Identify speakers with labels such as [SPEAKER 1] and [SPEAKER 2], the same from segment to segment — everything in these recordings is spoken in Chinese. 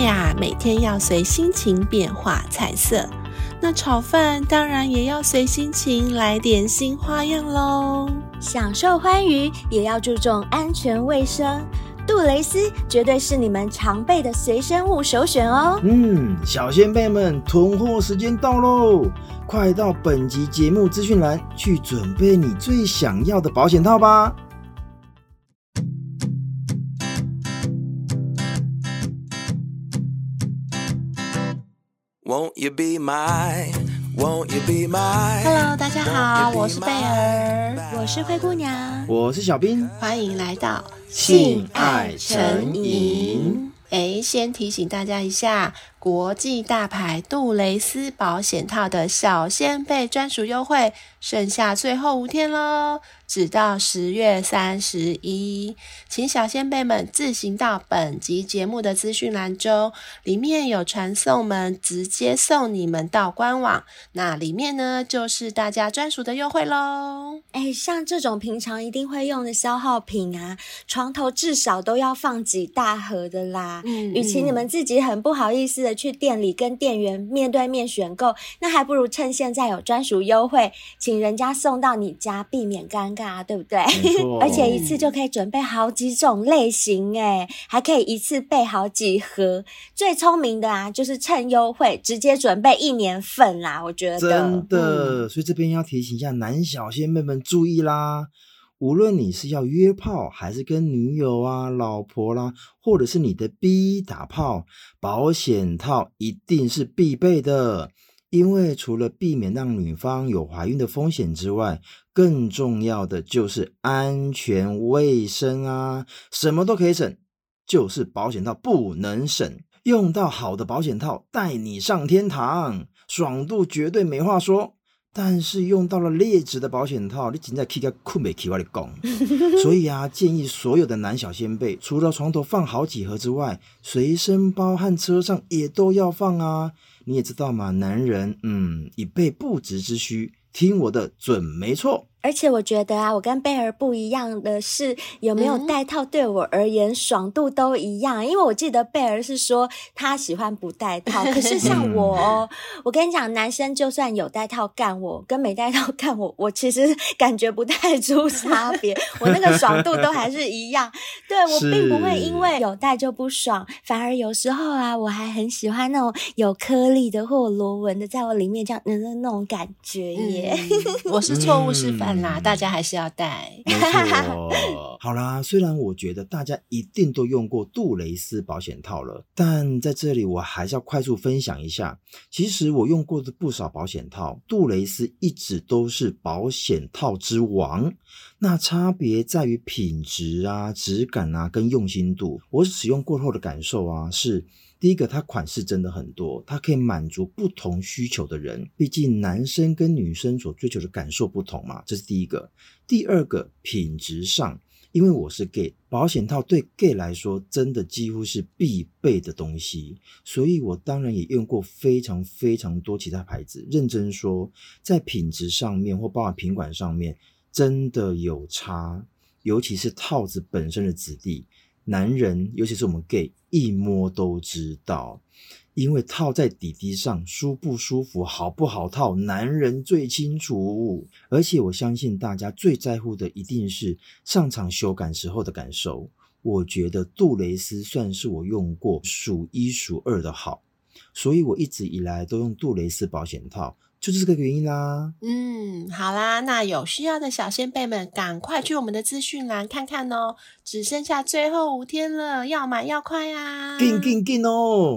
[SPEAKER 1] 呀，每天要随心情变化菜色。那炒饭当然也要随心情来点新花样喽。
[SPEAKER 2] 享受欢愉也要注重安全卫生，杜蕾斯绝对是你们常备的随身物首选哦。
[SPEAKER 3] 嗯，小先辈们，囤货时间到喽！快到本集节目资讯栏去准备你最想要的保险套吧。
[SPEAKER 4] Won't you be mine? Won't you be mine?
[SPEAKER 1] Hello，大家好，
[SPEAKER 4] Won't you be
[SPEAKER 1] 我是贝
[SPEAKER 4] mine?
[SPEAKER 1] 儿，
[SPEAKER 2] 我是灰姑娘，
[SPEAKER 3] 我是 小兵，
[SPEAKER 1] 欢迎来到
[SPEAKER 3] 性爱成瘾。
[SPEAKER 1] 哎，先提醒大家一下，国际大牌杜蕾斯保险套的小仙贝专属优惠，剩下最后五天喽，直到十月三十一，请小仙贝们自行到本集节目的资讯栏中，里面有传送门，直接送你们到官网，那里面呢就是大家专属的优惠喽。
[SPEAKER 2] 哎，像这种平常一定会用的消耗品啊，床头至少都要放几大盒的啦。
[SPEAKER 1] 嗯
[SPEAKER 2] 与其你
[SPEAKER 1] 嗯
[SPEAKER 2] 们自己很不好意思的去店里跟店员面对面选购，那还不如趁现在有专属优惠，请人家送到你家，避免尴尬啊，对不对？
[SPEAKER 3] 没错
[SPEAKER 2] 而且一次就可以准备好几种类型，哎，还可以一次备好几盒。最聪明的啊，就是趁优惠直接准备一年份啦，我觉得。嗯
[SPEAKER 3] 真的，所以这边要提醒一下男小仙妹们注意啦。无论你是要约炮，还是跟女友啊、老婆啦，或者是你的 B 打炮，保险套一定是必备的。因为除了避免让女方有怀孕的风险之外，更重要的就是安全卫生啊，什么都可以省，就是保险套不能省。用到好的保险套，带你上天堂，爽度绝对没话说。但是用到了劣质的保险套，你真在 K 个困没 K 我的讲。所以啊，建议所有的男小先辈，除了床头放好几盒之外，随身包和车上也都要放啊。你也知道嘛，男人嗯，以备不时之需，听我的准没错。
[SPEAKER 2] 而且我觉得啊，我跟贝尔不一样的是，有没有
[SPEAKER 1] 嗯
[SPEAKER 2] 戴套对我而言爽度都一样。因为我记得贝尔是说他喜欢不戴套，可是
[SPEAKER 1] 嗯
[SPEAKER 2] 像我、哦，我跟你讲，男生就算有戴套干我，跟没戴套干我，我其实感觉不太出差 别，我那个爽度都还是一样。对我并不会因为有戴就不爽，反而有时候啊，我还很喜欢那种有颗粒的或有螺纹的，在我里面这样，嗯，嗯那种感觉耶。
[SPEAKER 1] 嗯我是错误示范啦，
[SPEAKER 3] 嗯
[SPEAKER 1] 大家还是要带。
[SPEAKER 3] 没错。好啦，虽然我觉得大家一定都用过杜蕾斯保险套了，但在这里我还是要快速分享一下。其实我用过的不少保险套，杜蕾斯一直都是保险套之王。那差别在于品质啊、质感啊跟用心度。我使用过后的感受啊是。第一个，它款式真的很多，它可以满足不同需求的人。毕竟男生跟女生所追求的感受不同嘛，这是第一个。第二个品质上，因为我是 gay，保险套对 gay 来说真的几乎是必备的东西，所以我当然也用过非常非常多其他牌子。认真说，在品质上面或包含品管上面，真的有差，尤其是套子本身的质地，男人尤其是我们 gay 一摸都知道。因为套在底底上舒不舒服、好不好套，男人最清楚。而且我相信大家最在乎的一定是上场修改时候的感受。我觉得杜蕾斯算是我用过数一数二的好，所以我一直以来都用杜蕾斯保险套，就是这个原因啦。
[SPEAKER 1] 嗯，好啦，那有需要的小先辈们，赶快去我们的资讯栏看看哦，只剩下最后五天了，要买要快啊！
[SPEAKER 3] 进进进哦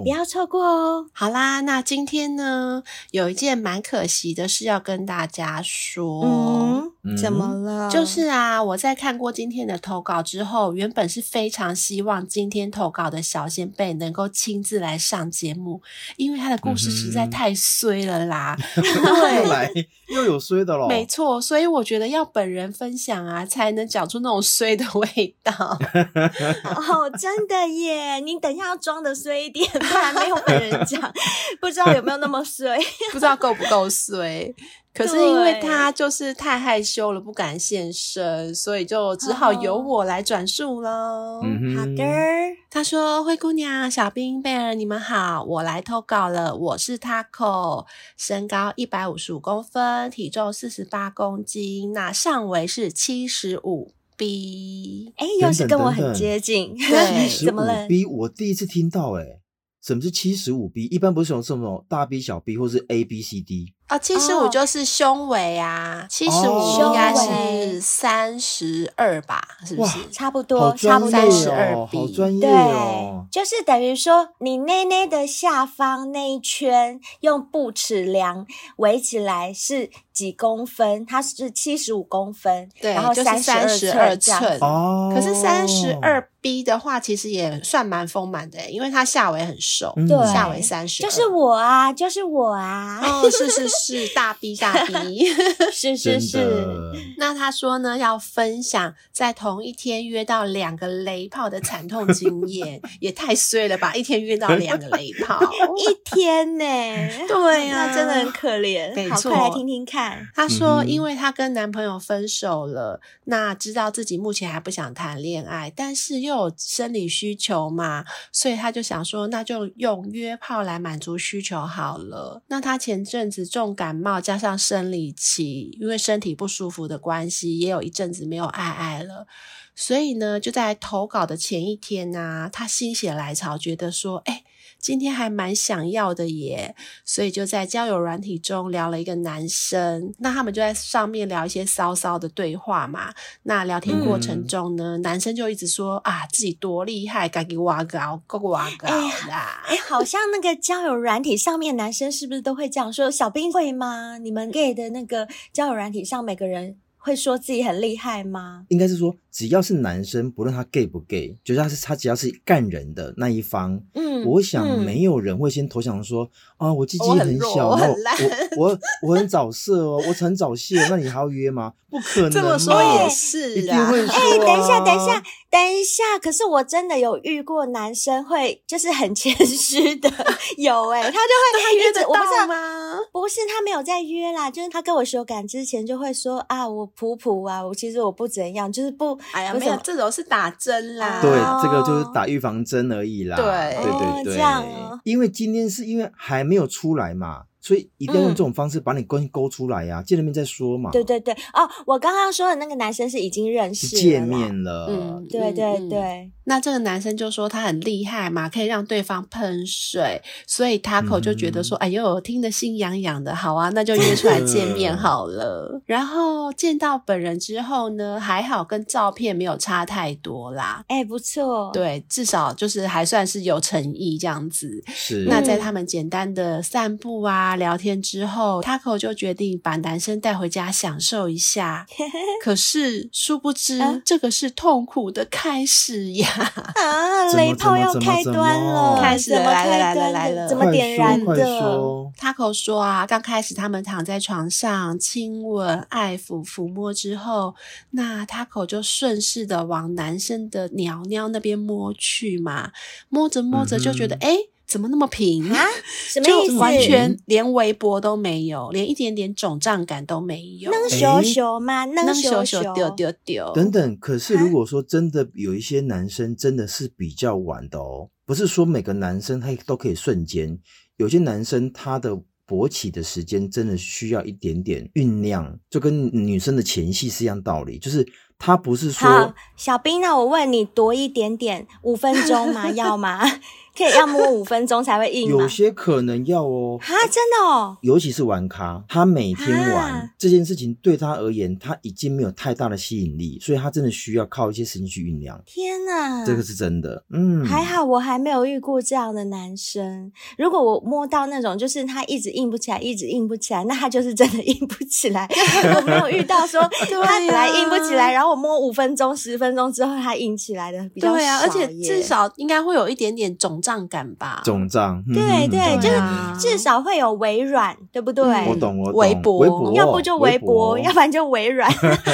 [SPEAKER 2] 嗯不！要错过哦。
[SPEAKER 1] 好啦，那今天呢，有一件蛮可惜的事要跟大家说。
[SPEAKER 2] 嗯，
[SPEAKER 3] 嗯
[SPEAKER 2] 怎么 了？
[SPEAKER 1] 就是啊，我在看过今天的投稿之后，原本是非常希望今天投稿的小先辈能够亲自来上节目，因为他的故事实在
[SPEAKER 3] 嗯哼
[SPEAKER 1] 太衰了 啦。
[SPEAKER 3] 又来又有衰的咯。
[SPEAKER 1] 没错，所以我觉得要本人分享啊，才能讲出那种衰的味道。
[SPEAKER 2] 哦，真的耶！你等一下要装的衰一点，不然没有本人讲，不知道有没有那么衰。
[SPEAKER 1] 不知道够不够衰。可是因为他就是太害羞了，不敢现身，所以就只好由我来转述喽。
[SPEAKER 3] 嗯哼
[SPEAKER 2] 好的，
[SPEAKER 1] 他说：“灰姑娘、小兵、贝尔，你们好，我来投稿了。我是 Taco，身高一百五十五公分，体重四十八公斤，那上围是七十五 B。
[SPEAKER 2] 哎，又是
[SPEAKER 3] 等
[SPEAKER 2] 跟
[SPEAKER 3] 等
[SPEAKER 2] 我
[SPEAKER 3] 等
[SPEAKER 2] 很
[SPEAKER 3] 等
[SPEAKER 2] 接近，
[SPEAKER 3] 七
[SPEAKER 1] 对
[SPEAKER 3] 十
[SPEAKER 2] 怎么
[SPEAKER 3] 五
[SPEAKER 2] 了？
[SPEAKER 3] B，我第一次听到哎、什么是七十五 B？一般不是有这种大 B 小 B 或是 A B C D
[SPEAKER 1] 啊，七十五
[SPEAKER 2] 哦
[SPEAKER 1] 就是胸围啊，七十五
[SPEAKER 3] 哦
[SPEAKER 1] 应该
[SPEAKER 2] 胸
[SPEAKER 1] 是
[SPEAKER 2] 围
[SPEAKER 1] 三十二吧，是不
[SPEAKER 3] 哇
[SPEAKER 1] 是？
[SPEAKER 2] 差不
[SPEAKER 3] 好
[SPEAKER 2] 多，差
[SPEAKER 3] 专
[SPEAKER 2] 不
[SPEAKER 3] 业
[SPEAKER 2] 多。
[SPEAKER 3] 哦，
[SPEAKER 1] 32B
[SPEAKER 3] 好专业
[SPEAKER 2] 对
[SPEAKER 3] 哦，。
[SPEAKER 2] 就是等于说，你内内的下方那一圈用不尺量围起来是几公分？它是七十五公分，
[SPEAKER 1] 对
[SPEAKER 2] 然后
[SPEAKER 1] 就是
[SPEAKER 2] 三十
[SPEAKER 1] 32
[SPEAKER 2] 这样
[SPEAKER 1] 寸
[SPEAKER 2] 子
[SPEAKER 3] 哦，
[SPEAKER 1] 可是三十二 B 的话，其实也算蛮丰满的欸，因为它下围很瘦，
[SPEAKER 3] 嗯
[SPEAKER 2] 对
[SPEAKER 1] 下围三十，
[SPEAKER 2] 就是我啊，就是我啊，
[SPEAKER 1] 哦，是是是，大 B 大 B。
[SPEAKER 2] 是是
[SPEAKER 3] 真
[SPEAKER 2] 是，
[SPEAKER 3] 的，
[SPEAKER 1] 那他说呢，要分享在同一天约到两个雷炮的惨痛经验，也太衰了吧！一天约到两个雷炮，
[SPEAKER 2] 一天 呢、
[SPEAKER 1] 对呀、
[SPEAKER 2] 那真的很可怜。
[SPEAKER 1] 没
[SPEAKER 2] 好，
[SPEAKER 1] 错
[SPEAKER 2] 快来听听看。
[SPEAKER 1] 她说，
[SPEAKER 3] 嗯哼
[SPEAKER 1] 因为她跟男朋友分手了，那知道自己目前还不想谈恋爱，但是又有生理需求嘛，所以她就想说，那就用约炮来满足需求好了。那她前阵子重感冒，加上生理期，因为身体不舒服的关系，也有一阵子没有爱爱了。所以呢，就在投稿的前一天呐，她心血来潮，觉得说，哎、今天还蛮想要的耶，所以就在交友软体中聊了一个男生，那他们就在上面聊一些骚骚的对话嘛。那聊天过
[SPEAKER 2] 嗯
[SPEAKER 1] 程中呢，男生就一直说啊自己多厉害，该给挖高，够挖高啦。
[SPEAKER 2] 哎、好像那个交友软体上面男生是不是都会这样说？小兵会吗？你们 gay 的那个交友软体上，每个人会说自己很厉害吗？
[SPEAKER 3] 应该是说，只要是男生，不论他 gay 不 gay，就是他是他只要是干人的那一方，
[SPEAKER 2] 嗯，
[SPEAKER 3] 我想
[SPEAKER 2] 嗯
[SPEAKER 3] 没有人会先投降说啊，我鸡鸡
[SPEAKER 1] 我很弱
[SPEAKER 3] 小，
[SPEAKER 1] 我
[SPEAKER 3] 然
[SPEAKER 1] 很
[SPEAKER 3] 后
[SPEAKER 1] 烂
[SPEAKER 3] 我我我很早射哦，我很早泄，那你还要约吗？不可能嘛，
[SPEAKER 1] 这么说也是
[SPEAKER 3] 一 定
[SPEAKER 1] 啦，
[SPEAKER 3] 会说、啊。
[SPEAKER 2] 哎、等一下，等一下，，等一下！可是我真的有遇过男生会，就是很谦 虚的，有哎、他就会
[SPEAKER 1] 他约
[SPEAKER 2] 一直
[SPEAKER 1] 啊得
[SPEAKER 2] 我不知
[SPEAKER 1] 到
[SPEAKER 2] 道
[SPEAKER 1] 吗？
[SPEAKER 2] 不是他没有在约啦，就是他跟我修改之前就会说啊，我普普啊，我其实我不怎样，就是不，
[SPEAKER 1] 哎呀，
[SPEAKER 2] 不
[SPEAKER 1] 没
[SPEAKER 2] 怎
[SPEAKER 1] 有
[SPEAKER 2] 么，
[SPEAKER 1] 这种是打针啦。嗯
[SPEAKER 3] 对
[SPEAKER 2] 哦，
[SPEAKER 3] 这个就是打预防针而已啦。
[SPEAKER 1] 对
[SPEAKER 3] 对
[SPEAKER 2] 哦
[SPEAKER 3] 对对，
[SPEAKER 2] 这样哦
[SPEAKER 3] 因为今天是因为还没有出来嘛，所以一定要用这种方式把你关系勾出来呀、啊见了面再说嘛。
[SPEAKER 2] 嗯对对对哦，我刚刚说的那个男生是已经认识了
[SPEAKER 3] 是
[SPEAKER 2] 啦
[SPEAKER 3] 见，面了，
[SPEAKER 1] 嗯，
[SPEAKER 2] 对
[SPEAKER 1] 嗯
[SPEAKER 2] 对
[SPEAKER 1] 嗯
[SPEAKER 2] 对，
[SPEAKER 1] 那这个男生就说他很厉害嘛，可以让对方喷水，所以 Taco 就觉得说，哎呦，听得心痒痒的，好啊，那就约出来见面好了。然后见到本人之后呢，还好跟照片没有差太多啦。
[SPEAKER 2] 哎、不错，，
[SPEAKER 1] 对，至少就是还算是有诚意这样子。
[SPEAKER 3] 是
[SPEAKER 1] 那
[SPEAKER 2] 嗯
[SPEAKER 1] 在他们简单的散步啊、聊天之后，Taco 就决定把男生带回家享受一 下。可是殊不知，
[SPEAKER 2] 啊
[SPEAKER 1] 这个是痛苦的开始呀。
[SPEAKER 2] 啊，
[SPEAKER 3] 怎么
[SPEAKER 2] 雷炮要
[SPEAKER 3] 怎么
[SPEAKER 2] 开
[SPEAKER 3] 怎
[SPEAKER 2] 端
[SPEAKER 3] 么
[SPEAKER 2] 了，
[SPEAKER 1] 开始了
[SPEAKER 2] 怎么
[SPEAKER 1] 来了
[SPEAKER 2] 开
[SPEAKER 1] 来了
[SPEAKER 2] 端
[SPEAKER 1] 来
[SPEAKER 2] 的
[SPEAKER 1] 了
[SPEAKER 2] 怎
[SPEAKER 3] 快
[SPEAKER 2] 么
[SPEAKER 3] 说
[SPEAKER 2] 点燃
[SPEAKER 3] 快
[SPEAKER 2] 的？
[SPEAKER 3] 说，
[SPEAKER 1] Taco 说啊，刚开始他们躺在床上亲吻、爱抚、抚摸之后，那 Taco 就顺势的往男生的鸟鸟那边摸去嘛，摸着摸着就觉得
[SPEAKER 3] 嗯
[SPEAKER 1] 哎、诶怎么那么平
[SPEAKER 2] 啊？什么意
[SPEAKER 1] 就
[SPEAKER 2] 思？
[SPEAKER 1] 完全连围脖都没有，连一点点肿胀感都没有，
[SPEAKER 2] 能羞
[SPEAKER 3] 哎
[SPEAKER 2] 羞吗？能
[SPEAKER 1] 能
[SPEAKER 2] 羞
[SPEAKER 1] 羞羞丢丢
[SPEAKER 2] 哦
[SPEAKER 1] 丢，
[SPEAKER 3] 等等，可是如果说真的有一些男生真的是比较晚的哦，不是说每个男生他都可以瞬间，有些男生他的勃起的时间真的需要一点点酝酿，就跟女生的前戏是一样道理，就是他不是
[SPEAKER 2] 好
[SPEAKER 3] 说，
[SPEAKER 2] 小兵，那我问你，多一点点，五分钟 吗？要吗？ 可以要摸五分钟才会硬吗
[SPEAKER 3] 有？些可能要哦。
[SPEAKER 2] 啊，真的哦，
[SPEAKER 3] 尤其是玩咖，他每天玩、
[SPEAKER 2] 啊
[SPEAKER 3] 这件事情对他而言，他已经没有太大的吸引力，所以他真的需要靠一些事情去酝酿，
[SPEAKER 2] 天哪！
[SPEAKER 3] 这个是真的。嗯，
[SPEAKER 2] 还好我还没有遇过这样的男生。如果我摸到那种，就是他一直硬不起来，一直硬不起来，那他就是真的硬不起来。我没有遇 到说他本来硬不起来，然后我摸五分钟、十分钟之后他硬起来的比较少
[SPEAKER 1] 对啊，而且
[SPEAKER 2] 耶
[SPEAKER 1] 至少应该会有一点点肿胀感吧，
[SPEAKER 3] 肿胀。
[SPEAKER 2] 对
[SPEAKER 3] 嗯
[SPEAKER 2] 对，就
[SPEAKER 1] 对
[SPEAKER 2] 是
[SPEAKER 1] 啊
[SPEAKER 2] 至少会有微软，对不对？
[SPEAKER 1] 嗯
[SPEAKER 3] 我懂，我懂。
[SPEAKER 1] 微博
[SPEAKER 3] 微博，
[SPEAKER 2] 要不就微博，要不
[SPEAKER 3] 然
[SPEAKER 2] 然就微软，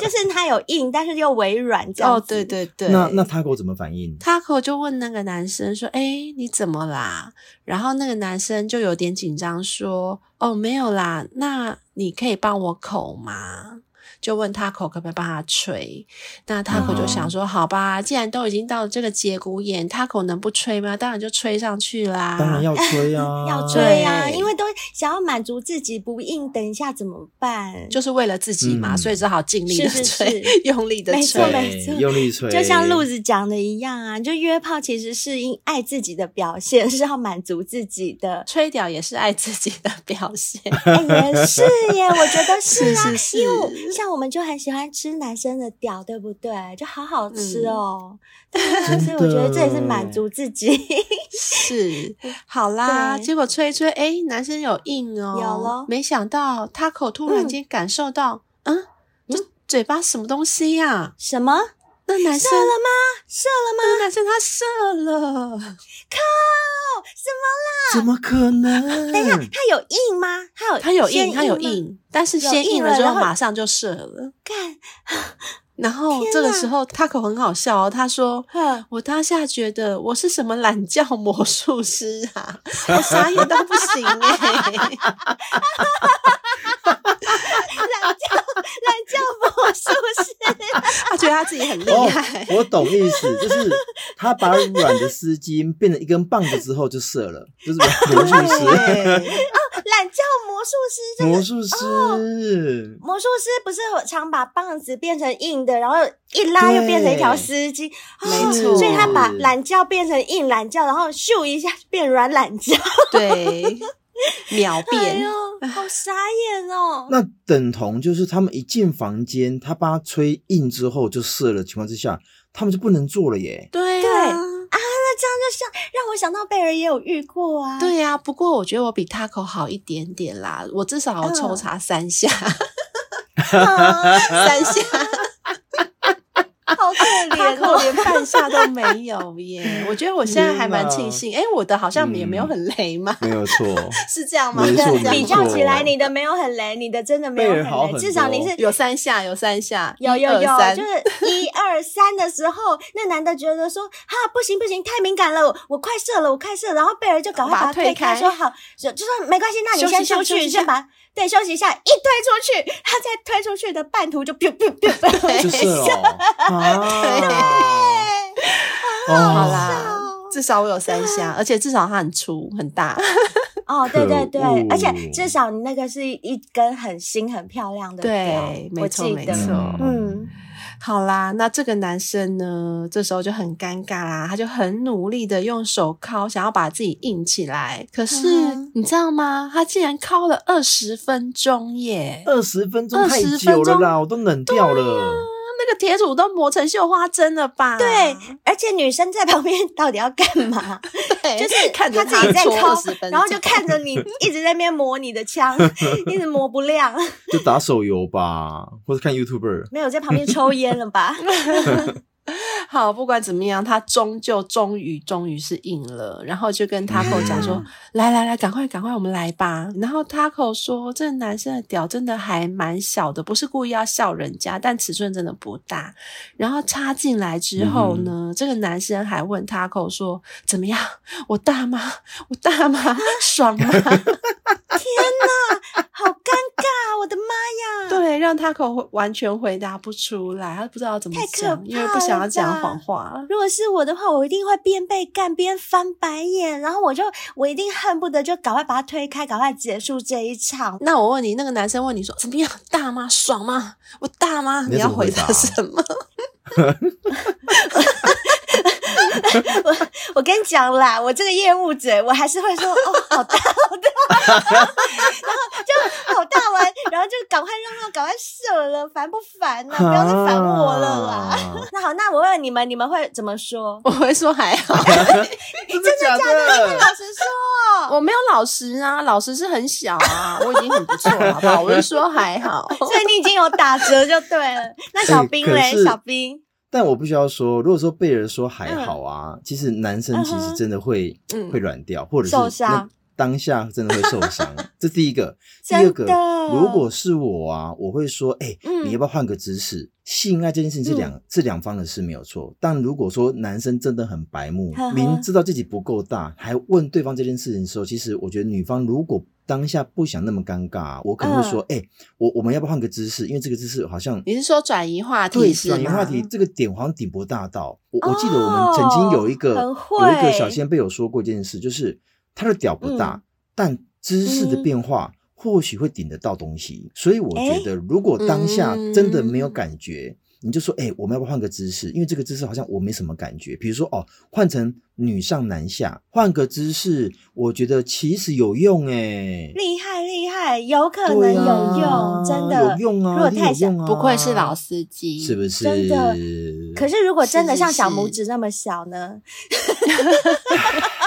[SPEAKER 2] 就是它有硬，但是又微软这样
[SPEAKER 1] 哦，
[SPEAKER 2] 子。
[SPEAKER 1] 对对对，
[SPEAKER 3] 那那他给我怎么反应？
[SPEAKER 1] Taco 就问那个男生说：“哎、你怎么啦？”然后那个男生就有点紧张说：“哦，没有啦，那你可以帮我口吗？”就问 Taco 可不可以帮他吹。那 Taco 就
[SPEAKER 3] 哦
[SPEAKER 1] 想说，好吧，既然都已经到了这个节骨眼，Taco 能不吹吗？当然就吹上去啦。
[SPEAKER 3] 当然要吹啊，
[SPEAKER 2] 要追啊，
[SPEAKER 1] 哦对
[SPEAKER 2] 因为都想要满足自己不应，等一下怎么办？
[SPEAKER 1] 就是为了自己嘛，
[SPEAKER 3] 嗯
[SPEAKER 1] 所以只好尽力的
[SPEAKER 2] 是
[SPEAKER 1] 吹，
[SPEAKER 2] 是是
[SPEAKER 1] 用力的
[SPEAKER 2] 没错
[SPEAKER 1] 吹。。
[SPEAKER 2] 没错
[SPEAKER 3] 对，用力吹，
[SPEAKER 2] 就像路子讲的一样啊，就约炮其实是因爱自己的表现， 是要满足自己的
[SPEAKER 1] 吹屌也是爱自己的表现，
[SPEAKER 2] 哎、也是耶，我觉得是啊，
[SPEAKER 1] 是是是
[SPEAKER 2] 因为我像我们就很喜欢吃男生的屌，对不对？就好好吃
[SPEAKER 1] 嗯
[SPEAKER 2] 哦。对啊，
[SPEAKER 3] 真的
[SPEAKER 2] 所以我觉得这也是满足自己。
[SPEAKER 1] 是好啦。
[SPEAKER 2] 嗯对
[SPEAKER 1] 结果吹一吹，哎，男生有硬哦，
[SPEAKER 2] 有咯嗯
[SPEAKER 1] 没想到 Taco 突然间感受到，嗯，这嘴巴什么东西呀、
[SPEAKER 2] 什么
[SPEAKER 1] 那男
[SPEAKER 2] 射
[SPEAKER 1] 生
[SPEAKER 2] 了吗？射了吗？
[SPEAKER 1] 那男生他射了，
[SPEAKER 2] 靠！什
[SPEAKER 3] 怎么可能？
[SPEAKER 2] 么？等一下，他有硬吗？他有
[SPEAKER 1] 他有硬，
[SPEAKER 2] 呃先
[SPEAKER 1] 他有
[SPEAKER 2] 吗。
[SPEAKER 1] 硬，但是
[SPEAKER 2] 有
[SPEAKER 1] 先
[SPEAKER 2] 硬
[SPEAKER 1] 硬了
[SPEAKER 2] 了
[SPEAKER 1] 之
[SPEAKER 2] 然
[SPEAKER 1] 后
[SPEAKER 2] 后
[SPEAKER 1] 马上就射了。
[SPEAKER 2] 干，
[SPEAKER 1] 然后
[SPEAKER 2] 天
[SPEAKER 1] 这个
[SPEAKER 2] 哪
[SPEAKER 1] 时候 Taco 很好笑哦，他说
[SPEAKER 2] 哼，
[SPEAKER 1] 我当下觉得我是什么懒觉魔术师 啊，我傻眼到不行哎、
[SPEAKER 2] 懒觉懒觉魔术师。
[SPEAKER 1] 他觉得他自己很厉
[SPEAKER 3] 哦
[SPEAKER 1] 害，，
[SPEAKER 3] 我懂意思，就是他把软的丝巾变成一根棒子之后就射了，就是魔术 师，
[SPEAKER 1] 对，
[SPEAKER 2] 懒觉魔术师这
[SPEAKER 3] 魔
[SPEAKER 2] 个
[SPEAKER 3] 术师，
[SPEAKER 2] 魔术师不是常把棒子变成硬的，然后一拉
[SPEAKER 3] 对
[SPEAKER 2] 又变成一条丝巾，哦
[SPEAKER 1] 没错
[SPEAKER 2] 所以他把懒觉变成硬懒觉，然后咻一下变软懒 觉，
[SPEAKER 1] 对，秒
[SPEAKER 2] 哎
[SPEAKER 1] 变，
[SPEAKER 2] 呦，好傻眼哦！
[SPEAKER 3] 那等同就是他们一进房间，他帮他吹硬之后就射了的情况之下，他们就不能做了耶。
[SPEAKER 1] 对啊。
[SPEAKER 2] 那这样就像让我想到贝尔也有遇过啊，
[SPEAKER 1] 对呀、不过我觉得我比 Taco 好一点点啦，我至少要抽查三下，
[SPEAKER 2] 啊，
[SPEAKER 1] 三下
[SPEAKER 2] 好可怜
[SPEAKER 1] ，Taco
[SPEAKER 2] 哦。
[SPEAKER 1] 连半下都没有 耶。我觉得我现在还蛮庆幸，哎、我的好像也没有很雷嘛，
[SPEAKER 3] 没有错，
[SPEAKER 1] 是这样吗？
[SPEAKER 3] 没
[SPEAKER 1] 是
[SPEAKER 3] 错
[SPEAKER 1] 这样
[SPEAKER 2] 比
[SPEAKER 3] 没
[SPEAKER 1] 吗
[SPEAKER 3] 错
[SPEAKER 2] 较起来，你的没有很雷，你的真的没有
[SPEAKER 3] 贝尔好
[SPEAKER 2] 雷，
[SPEAKER 3] 很
[SPEAKER 2] 至少你
[SPEAKER 3] 多哦
[SPEAKER 2] 是
[SPEAKER 1] 有三下，有三下，
[SPEAKER 2] 有有
[SPEAKER 1] 一
[SPEAKER 2] 有
[SPEAKER 1] 二，三
[SPEAKER 2] 就是一二三的时候， 那男的觉得说哈不行不行，太敏感了，我我快射了，我快射了，然后贝尔就赶快
[SPEAKER 1] 把他
[SPEAKER 2] 把他
[SPEAKER 1] 推
[SPEAKER 2] 推开，
[SPEAKER 1] 开
[SPEAKER 2] 说好，就就说没关系，那你
[SPEAKER 1] 休息
[SPEAKER 2] 先
[SPEAKER 1] 一下
[SPEAKER 2] 出
[SPEAKER 1] 休息
[SPEAKER 2] 去，
[SPEAKER 1] 一下
[SPEAKER 2] 先把对休息一下，一推出去，他在推出去的半途就 biu biu biu biu，
[SPEAKER 3] 就射了哦啊。哦
[SPEAKER 1] 好啦，至少我有三下，而且至少它很粗很大。
[SPEAKER 2] 哦，对对对
[SPEAKER 3] 可恶，
[SPEAKER 2] 而且至少你那个是一根很新很漂亮的
[SPEAKER 1] 对
[SPEAKER 2] 表
[SPEAKER 1] 没
[SPEAKER 2] 我
[SPEAKER 1] 错
[SPEAKER 2] 记
[SPEAKER 1] 没
[SPEAKER 2] 得，
[SPEAKER 1] 错
[SPEAKER 2] 嗯，
[SPEAKER 1] 好啦，那这个男生呢，这时候就很尴尬啦，他就很努力的用手铐，想要把自己硬起来。可是、
[SPEAKER 2] 嗯哼
[SPEAKER 1] 你知道吗？他竟然铐了二十分钟耶！
[SPEAKER 2] 呃
[SPEAKER 3] 二十分钟太
[SPEAKER 1] 20
[SPEAKER 3] 久了
[SPEAKER 1] 分
[SPEAKER 3] 啦，
[SPEAKER 1] 钟
[SPEAKER 3] 我都冷掉
[SPEAKER 2] 啊
[SPEAKER 3] 了。
[SPEAKER 1] 那个铁杵都磨成绣花针了吧？
[SPEAKER 2] 对，而且女生在旁边到底要干嘛？
[SPEAKER 1] 对，
[SPEAKER 2] 就是
[SPEAKER 1] 看着
[SPEAKER 2] 他自己在
[SPEAKER 1] 搓
[SPEAKER 2] 敲
[SPEAKER 1] 20分，钟
[SPEAKER 2] 然后就看着你一直在那边磨你 的枪，一直磨不亮，
[SPEAKER 3] 就打手游吧，或者看 YouTuber。
[SPEAKER 2] 没有在旁边抽烟了 吧？
[SPEAKER 1] 好，不管怎么样，他终究终于终于是硬了，然后就跟 Taco 讲说：“来来来，赶快赶快，我们来吧。”然后 Taco 说：“这男生的屌真的还蛮小的，不是故意要笑人家，但尺寸真的不大。”然后插进来之后呢，这个男生还问 Taco 说：“怎么样？我大吗？我大吗？爽吗？”
[SPEAKER 2] 好尴尬，啊我的妈呀！，
[SPEAKER 1] 对，让 Taco 完全回答不出来，他不知道怎么
[SPEAKER 2] 太可
[SPEAKER 1] 讲，因为
[SPEAKER 2] 怕
[SPEAKER 1] 不想
[SPEAKER 2] 了
[SPEAKER 1] 要讲
[SPEAKER 2] 吧
[SPEAKER 1] 谎话。
[SPEAKER 2] 如果是我的话，我一定会边被干边翻白眼，然后我就我一定恨不得就赶快把他推开，赶快结束这一场。
[SPEAKER 1] 那我问你，那个男生问你说怎么样，大吗？爽吗？我大吗？
[SPEAKER 3] 你
[SPEAKER 1] 你要
[SPEAKER 3] 要怎么回
[SPEAKER 1] 回
[SPEAKER 3] 答
[SPEAKER 1] 答什么？
[SPEAKER 2] 我跟你讲啦，我这个业务嘴，我还是会说哦，好大好大，然后就好大完，然后就赶快让他赶快射了，烦不烦 呢、不要再烦我了啦。
[SPEAKER 3] 啊
[SPEAKER 2] 那好，那我问你们，你们会怎么说？
[SPEAKER 1] 我会说还好，
[SPEAKER 2] 哎
[SPEAKER 3] 真的假的？
[SPEAKER 2] 老实 说，
[SPEAKER 1] 我没有老实啊，老实是很小 啊，我已经很不错了，好不 好？我就说还好。
[SPEAKER 2] 所以你已经有打折就对了。那小兵
[SPEAKER 3] 哎
[SPEAKER 2] 嘞
[SPEAKER 3] 可，是
[SPEAKER 2] 小兵，嗯
[SPEAKER 3] 但我必须要说，如果说贝尔说还好啊，其实男生其实真的会、
[SPEAKER 1] 嗯
[SPEAKER 3] 会软掉，或者是
[SPEAKER 2] 受伤
[SPEAKER 3] 那当下真的会受伤。这第一个，第
[SPEAKER 2] 真
[SPEAKER 3] 二个
[SPEAKER 2] 的，
[SPEAKER 3] 如果是我啊，我会说，哎、
[SPEAKER 2] 嗯
[SPEAKER 3] 你要不要换个姿势？性爱这件事情是两、是两方的事没有错，但如果说男生真的很白目
[SPEAKER 2] 呵呵，
[SPEAKER 3] 明知道自己不够大，还问对方这件事情的时候，其实我觉得女方如果当下不想那么尴尬、我可能会说，
[SPEAKER 2] 嗯
[SPEAKER 3] 哎、我我们要不要换个姿势？因为这个姿势好像
[SPEAKER 1] 你是说转移话
[SPEAKER 3] 对
[SPEAKER 1] 题是吗？
[SPEAKER 3] 转移话题这个点好像顶不大到。我、我记得我
[SPEAKER 2] 哦
[SPEAKER 3] 们曾经有一个
[SPEAKER 2] 很
[SPEAKER 3] 有一个
[SPEAKER 2] 会
[SPEAKER 3] 小先辈有说过一件事，就是他的屌不大，
[SPEAKER 2] 嗯
[SPEAKER 3] 但姿势的
[SPEAKER 2] 嗯
[SPEAKER 3] 变化。或许会顶得到东西，所以我
[SPEAKER 2] 哎
[SPEAKER 3] 觉得，如果当下真的没有
[SPEAKER 1] 嗯
[SPEAKER 3] 感觉，你就说，哎、我们要不要换个姿势？因为这个姿势好像我没什么感觉。比如说，哦，换成女上男下，换个姿势，我觉得其实有用、哎，
[SPEAKER 2] 厉害厉害，有可能
[SPEAKER 3] 对
[SPEAKER 2] 有
[SPEAKER 3] 啊
[SPEAKER 2] 用，真的
[SPEAKER 3] 有用啊，
[SPEAKER 2] 如果
[SPEAKER 3] 一定
[SPEAKER 2] 太
[SPEAKER 3] 有用啊，
[SPEAKER 1] 不愧是老司机，
[SPEAKER 3] 啊是不是？
[SPEAKER 2] 真的可是如果真的
[SPEAKER 1] 是是
[SPEAKER 2] 像小拇
[SPEAKER 1] 是
[SPEAKER 2] 指那么小呢？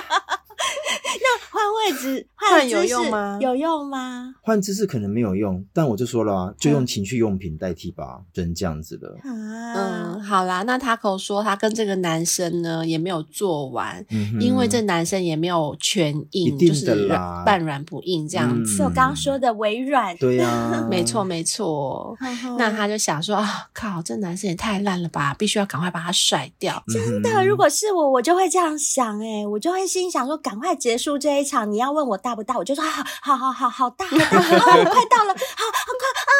[SPEAKER 2] 那换位置
[SPEAKER 1] 换
[SPEAKER 2] 换
[SPEAKER 1] 有
[SPEAKER 2] 姿
[SPEAKER 1] 用
[SPEAKER 2] 势
[SPEAKER 1] 吗
[SPEAKER 2] 有用吗？
[SPEAKER 3] 换姿势可能没有用，但我就说了啊，就用情趣用品代替吧，只能这样子了。
[SPEAKER 2] 啊
[SPEAKER 1] 嗯，，好啦，那 Taco 说他跟这个男生呢也没有做完，
[SPEAKER 3] 嗯哼
[SPEAKER 1] 因为这男生也没有全硬，
[SPEAKER 3] 一定
[SPEAKER 1] 就是
[SPEAKER 3] 的啦
[SPEAKER 1] 软半软不硬这样子。
[SPEAKER 2] 是我刚刚说的微软。
[SPEAKER 3] 对呀、啊，
[SPEAKER 1] 没错，没错。
[SPEAKER 3] 哦
[SPEAKER 1] 那他就想说啊，靠，这男生也太烂了吧，必须要赶快把他甩掉。
[SPEAKER 3] 真
[SPEAKER 2] 真的，如果是我，我就会这样想、欸，我就会心想说，赶快结束这一场。你要问我大不大，我就说好，好，好，好，好大，好大，哦，我快到了，好，好快啊，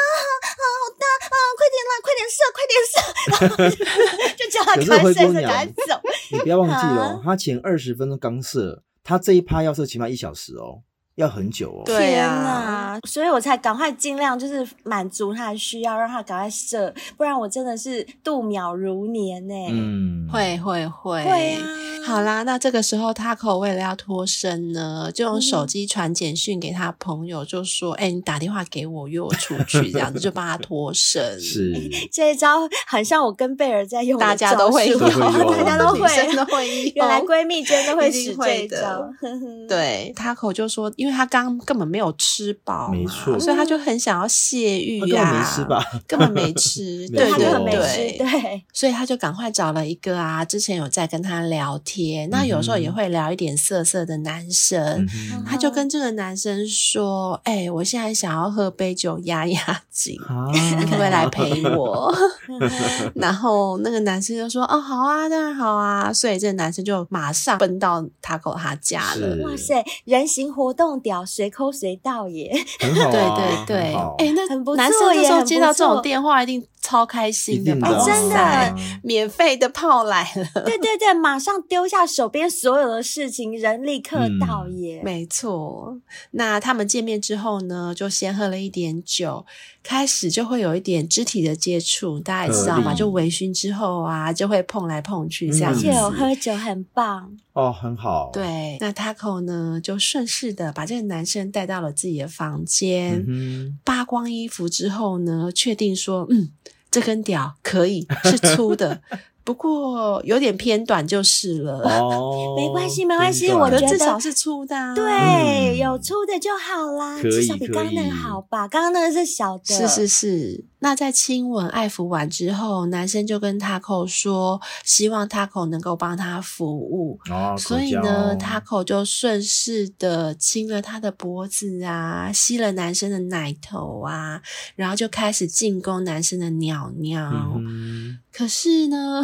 [SPEAKER 2] 好大啊，快点啦，快点射，快 点射，就叫他
[SPEAKER 3] 可是
[SPEAKER 2] 赶快
[SPEAKER 3] 灰
[SPEAKER 2] 射，
[SPEAKER 3] 姑
[SPEAKER 2] 射，
[SPEAKER 3] 娘
[SPEAKER 2] 赶快走。
[SPEAKER 3] 你不要忘记
[SPEAKER 2] 啊
[SPEAKER 3] 哦，他前二十分钟刚射，他这一趴要射起码一小时哦，要很久哦。
[SPEAKER 1] 对
[SPEAKER 2] 天
[SPEAKER 1] 啊
[SPEAKER 2] 呐，所以我才赶快尽量就是满足他的需要，让他赶快射，不然我真的是度秒如年呢、欸
[SPEAKER 3] 嗯，
[SPEAKER 1] 会会会，
[SPEAKER 2] 会啊，
[SPEAKER 1] 嗯好啦，那这个时候 Taco 为了要脱身呢，就用
[SPEAKER 3] 嗯
[SPEAKER 1] 手机传简讯给他朋友，就说：“哎、你打电话给我，约我出去，这样 子就帮他脱身。”
[SPEAKER 3] 是，
[SPEAKER 2] 这一招很像我跟贝尔在用的
[SPEAKER 1] 大家都会
[SPEAKER 2] 招
[SPEAKER 1] 用，
[SPEAKER 2] 数
[SPEAKER 3] 都会啊 用
[SPEAKER 2] 大家都
[SPEAKER 1] 女 生都
[SPEAKER 2] 会。
[SPEAKER 1] 会用。
[SPEAKER 2] 原来闺蜜间都会
[SPEAKER 1] 哦一定
[SPEAKER 2] 使这
[SPEAKER 1] 会
[SPEAKER 2] 一
[SPEAKER 1] 的
[SPEAKER 2] 招，
[SPEAKER 1] 对 Taco 就说，因为他刚根本没有吃饱嘛，
[SPEAKER 3] 没错哦
[SPEAKER 1] 所以他就很想要泄欲
[SPEAKER 3] 他根
[SPEAKER 1] 啊，
[SPEAKER 3] 本没吃吧？
[SPEAKER 1] 根本没吃，
[SPEAKER 3] 没
[SPEAKER 1] 对
[SPEAKER 2] 他就
[SPEAKER 1] 对
[SPEAKER 2] 很没
[SPEAKER 1] 对。
[SPEAKER 2] 吃，对，
[SPEAKER 1] 所以他就赶快找了一个啊，之前有在跟他聊天，那有时候也会聊一点色色的男生
[SPEAKER 3] 嗯， 哼
[SPEAKER 1] 他就跟这个男生说：“哎、我现在想要喝杯酒压压 惊，
[SPEAKER 3] 啊，
[SPEAKER 1] 你可不可以来陪 我？”
[SPEAKER 2] 嗯哼
[SPEAKER 1] 然后那个男生就说：“哦，好啊，当然好啊。”所以这个男生就马上奔到塔口他家了。
[SPEAKER 3] 是
[SPEAKER 2] 哇塞，人形活动屌，随抠随到耶，
[SPEAKER 3] 很好
[SPEAKER 1] 对
[SPEAKER 3] 啊、
[SPEAKER 1] 对对，
[SPEAKER 3] 很好
[SPEAKER 1] 哎、那
[SPEAKER 2] 很不
[SPEAKER 1] 男生
[SPEAKER 2] 错
[SPEAKER 1] 这
[SPEAKER 2] 耶
[SPEAKER 1] 时候
[SPEAKER 2] 很
[SPEAKER 1] 接
[SPEAKER 2] 不
[SPEAKER 1] 到这种
[SPEAKER 2] 错
[SPEAKER 1] 电话，一定超开
[SPEAKER 3] 一
[SPEAKER 1] 心的
[SPEAKER 3] 定
[SPEAKER 1] 吧？
[SPEAKER 3] 的、哦
[SPEAKER 2] 哎
[SPEAKER 3] 啊
[SPEAKER 2] 真的
[SPEAKER 1] 哇塞免费的炮来了，
[SPEAKER 2] 对对对，马上丢下手边所有的事情，人力克到
[SPEAKER 3] 嗯
[SPEAKER 2] 耶，
[SPEAKER 1] 没错。那他们见面之后呢，就先喝了一点酒，开始就会有一点肢体的接触，大家也知道
[SPEAKER 3] 合
[SPEAKER 1] 嘛，
[SPEAKER 3] 理
[SPEAKER 1] 就微醺之后啊，就会碰来碰去这
[SPEAKER 3] 嗯
[SPEAKER 1] 样
[SPEAKER 2] 而
[SPEAKER 1] 子。
[SPEAKER 2] 且有喝酒很棒，
[SPEAKER 3] 哦，很好。，
[SPEAKER 1] 对，那 Taco 呢，就顺势的把这个男生带到了自己的房间，
[SPEAKER 3] 嗯
[SPEAKER 1] 扒光衣服之后呢，确定说，嗯，这根屌可以是粗的，不过有点偏短就是了。
[SPEAKER 3] 哼，哦，
[SPEAKER 2] 没关系没关系我
[SPEAKER 1] 可
[SPEAKER 3] 真
[SPEAKER 2] 觉
[SPEAKER 3] 的
[SPEAKER 1] 是至
[SPEAKER 2] 得
[SPEAKER 1] 少是粗的、啊，
[SPEAKER 2] 对，
[SPEAKER 3] 嗯
[SPEAKER 2] 有粗的就好啦，
[SPEAKER 3] 可
[SPEAKER 2] 至
[SPEAKER 3] 以
[SPEAKER 2] 少比刚刚那
[SPEAKER 3] 可以
[SPEAKER 2] 个好吧？刚刚那个是小的，
[SPEAKER 1] 是是是。那在亲吻爱抚完之后，男生就跟 Taco 说，希望 Taco 能够帮他服务。
[SPEAKER 3] 哦，
[SPEAKER 1] 所
[SPEAKER 3] 口
[SPEAKER 1] 以呢
[SPEAKER 3] 交
[SPEAKER 1] ，Taco 就顺势的亲了他的脖子啊，吸了男生的奶头啊，然后就开始进攻男生的鸟鸟。
[SPEAKER 3] 嗯哼
[SPEAKER 1] 可是呢，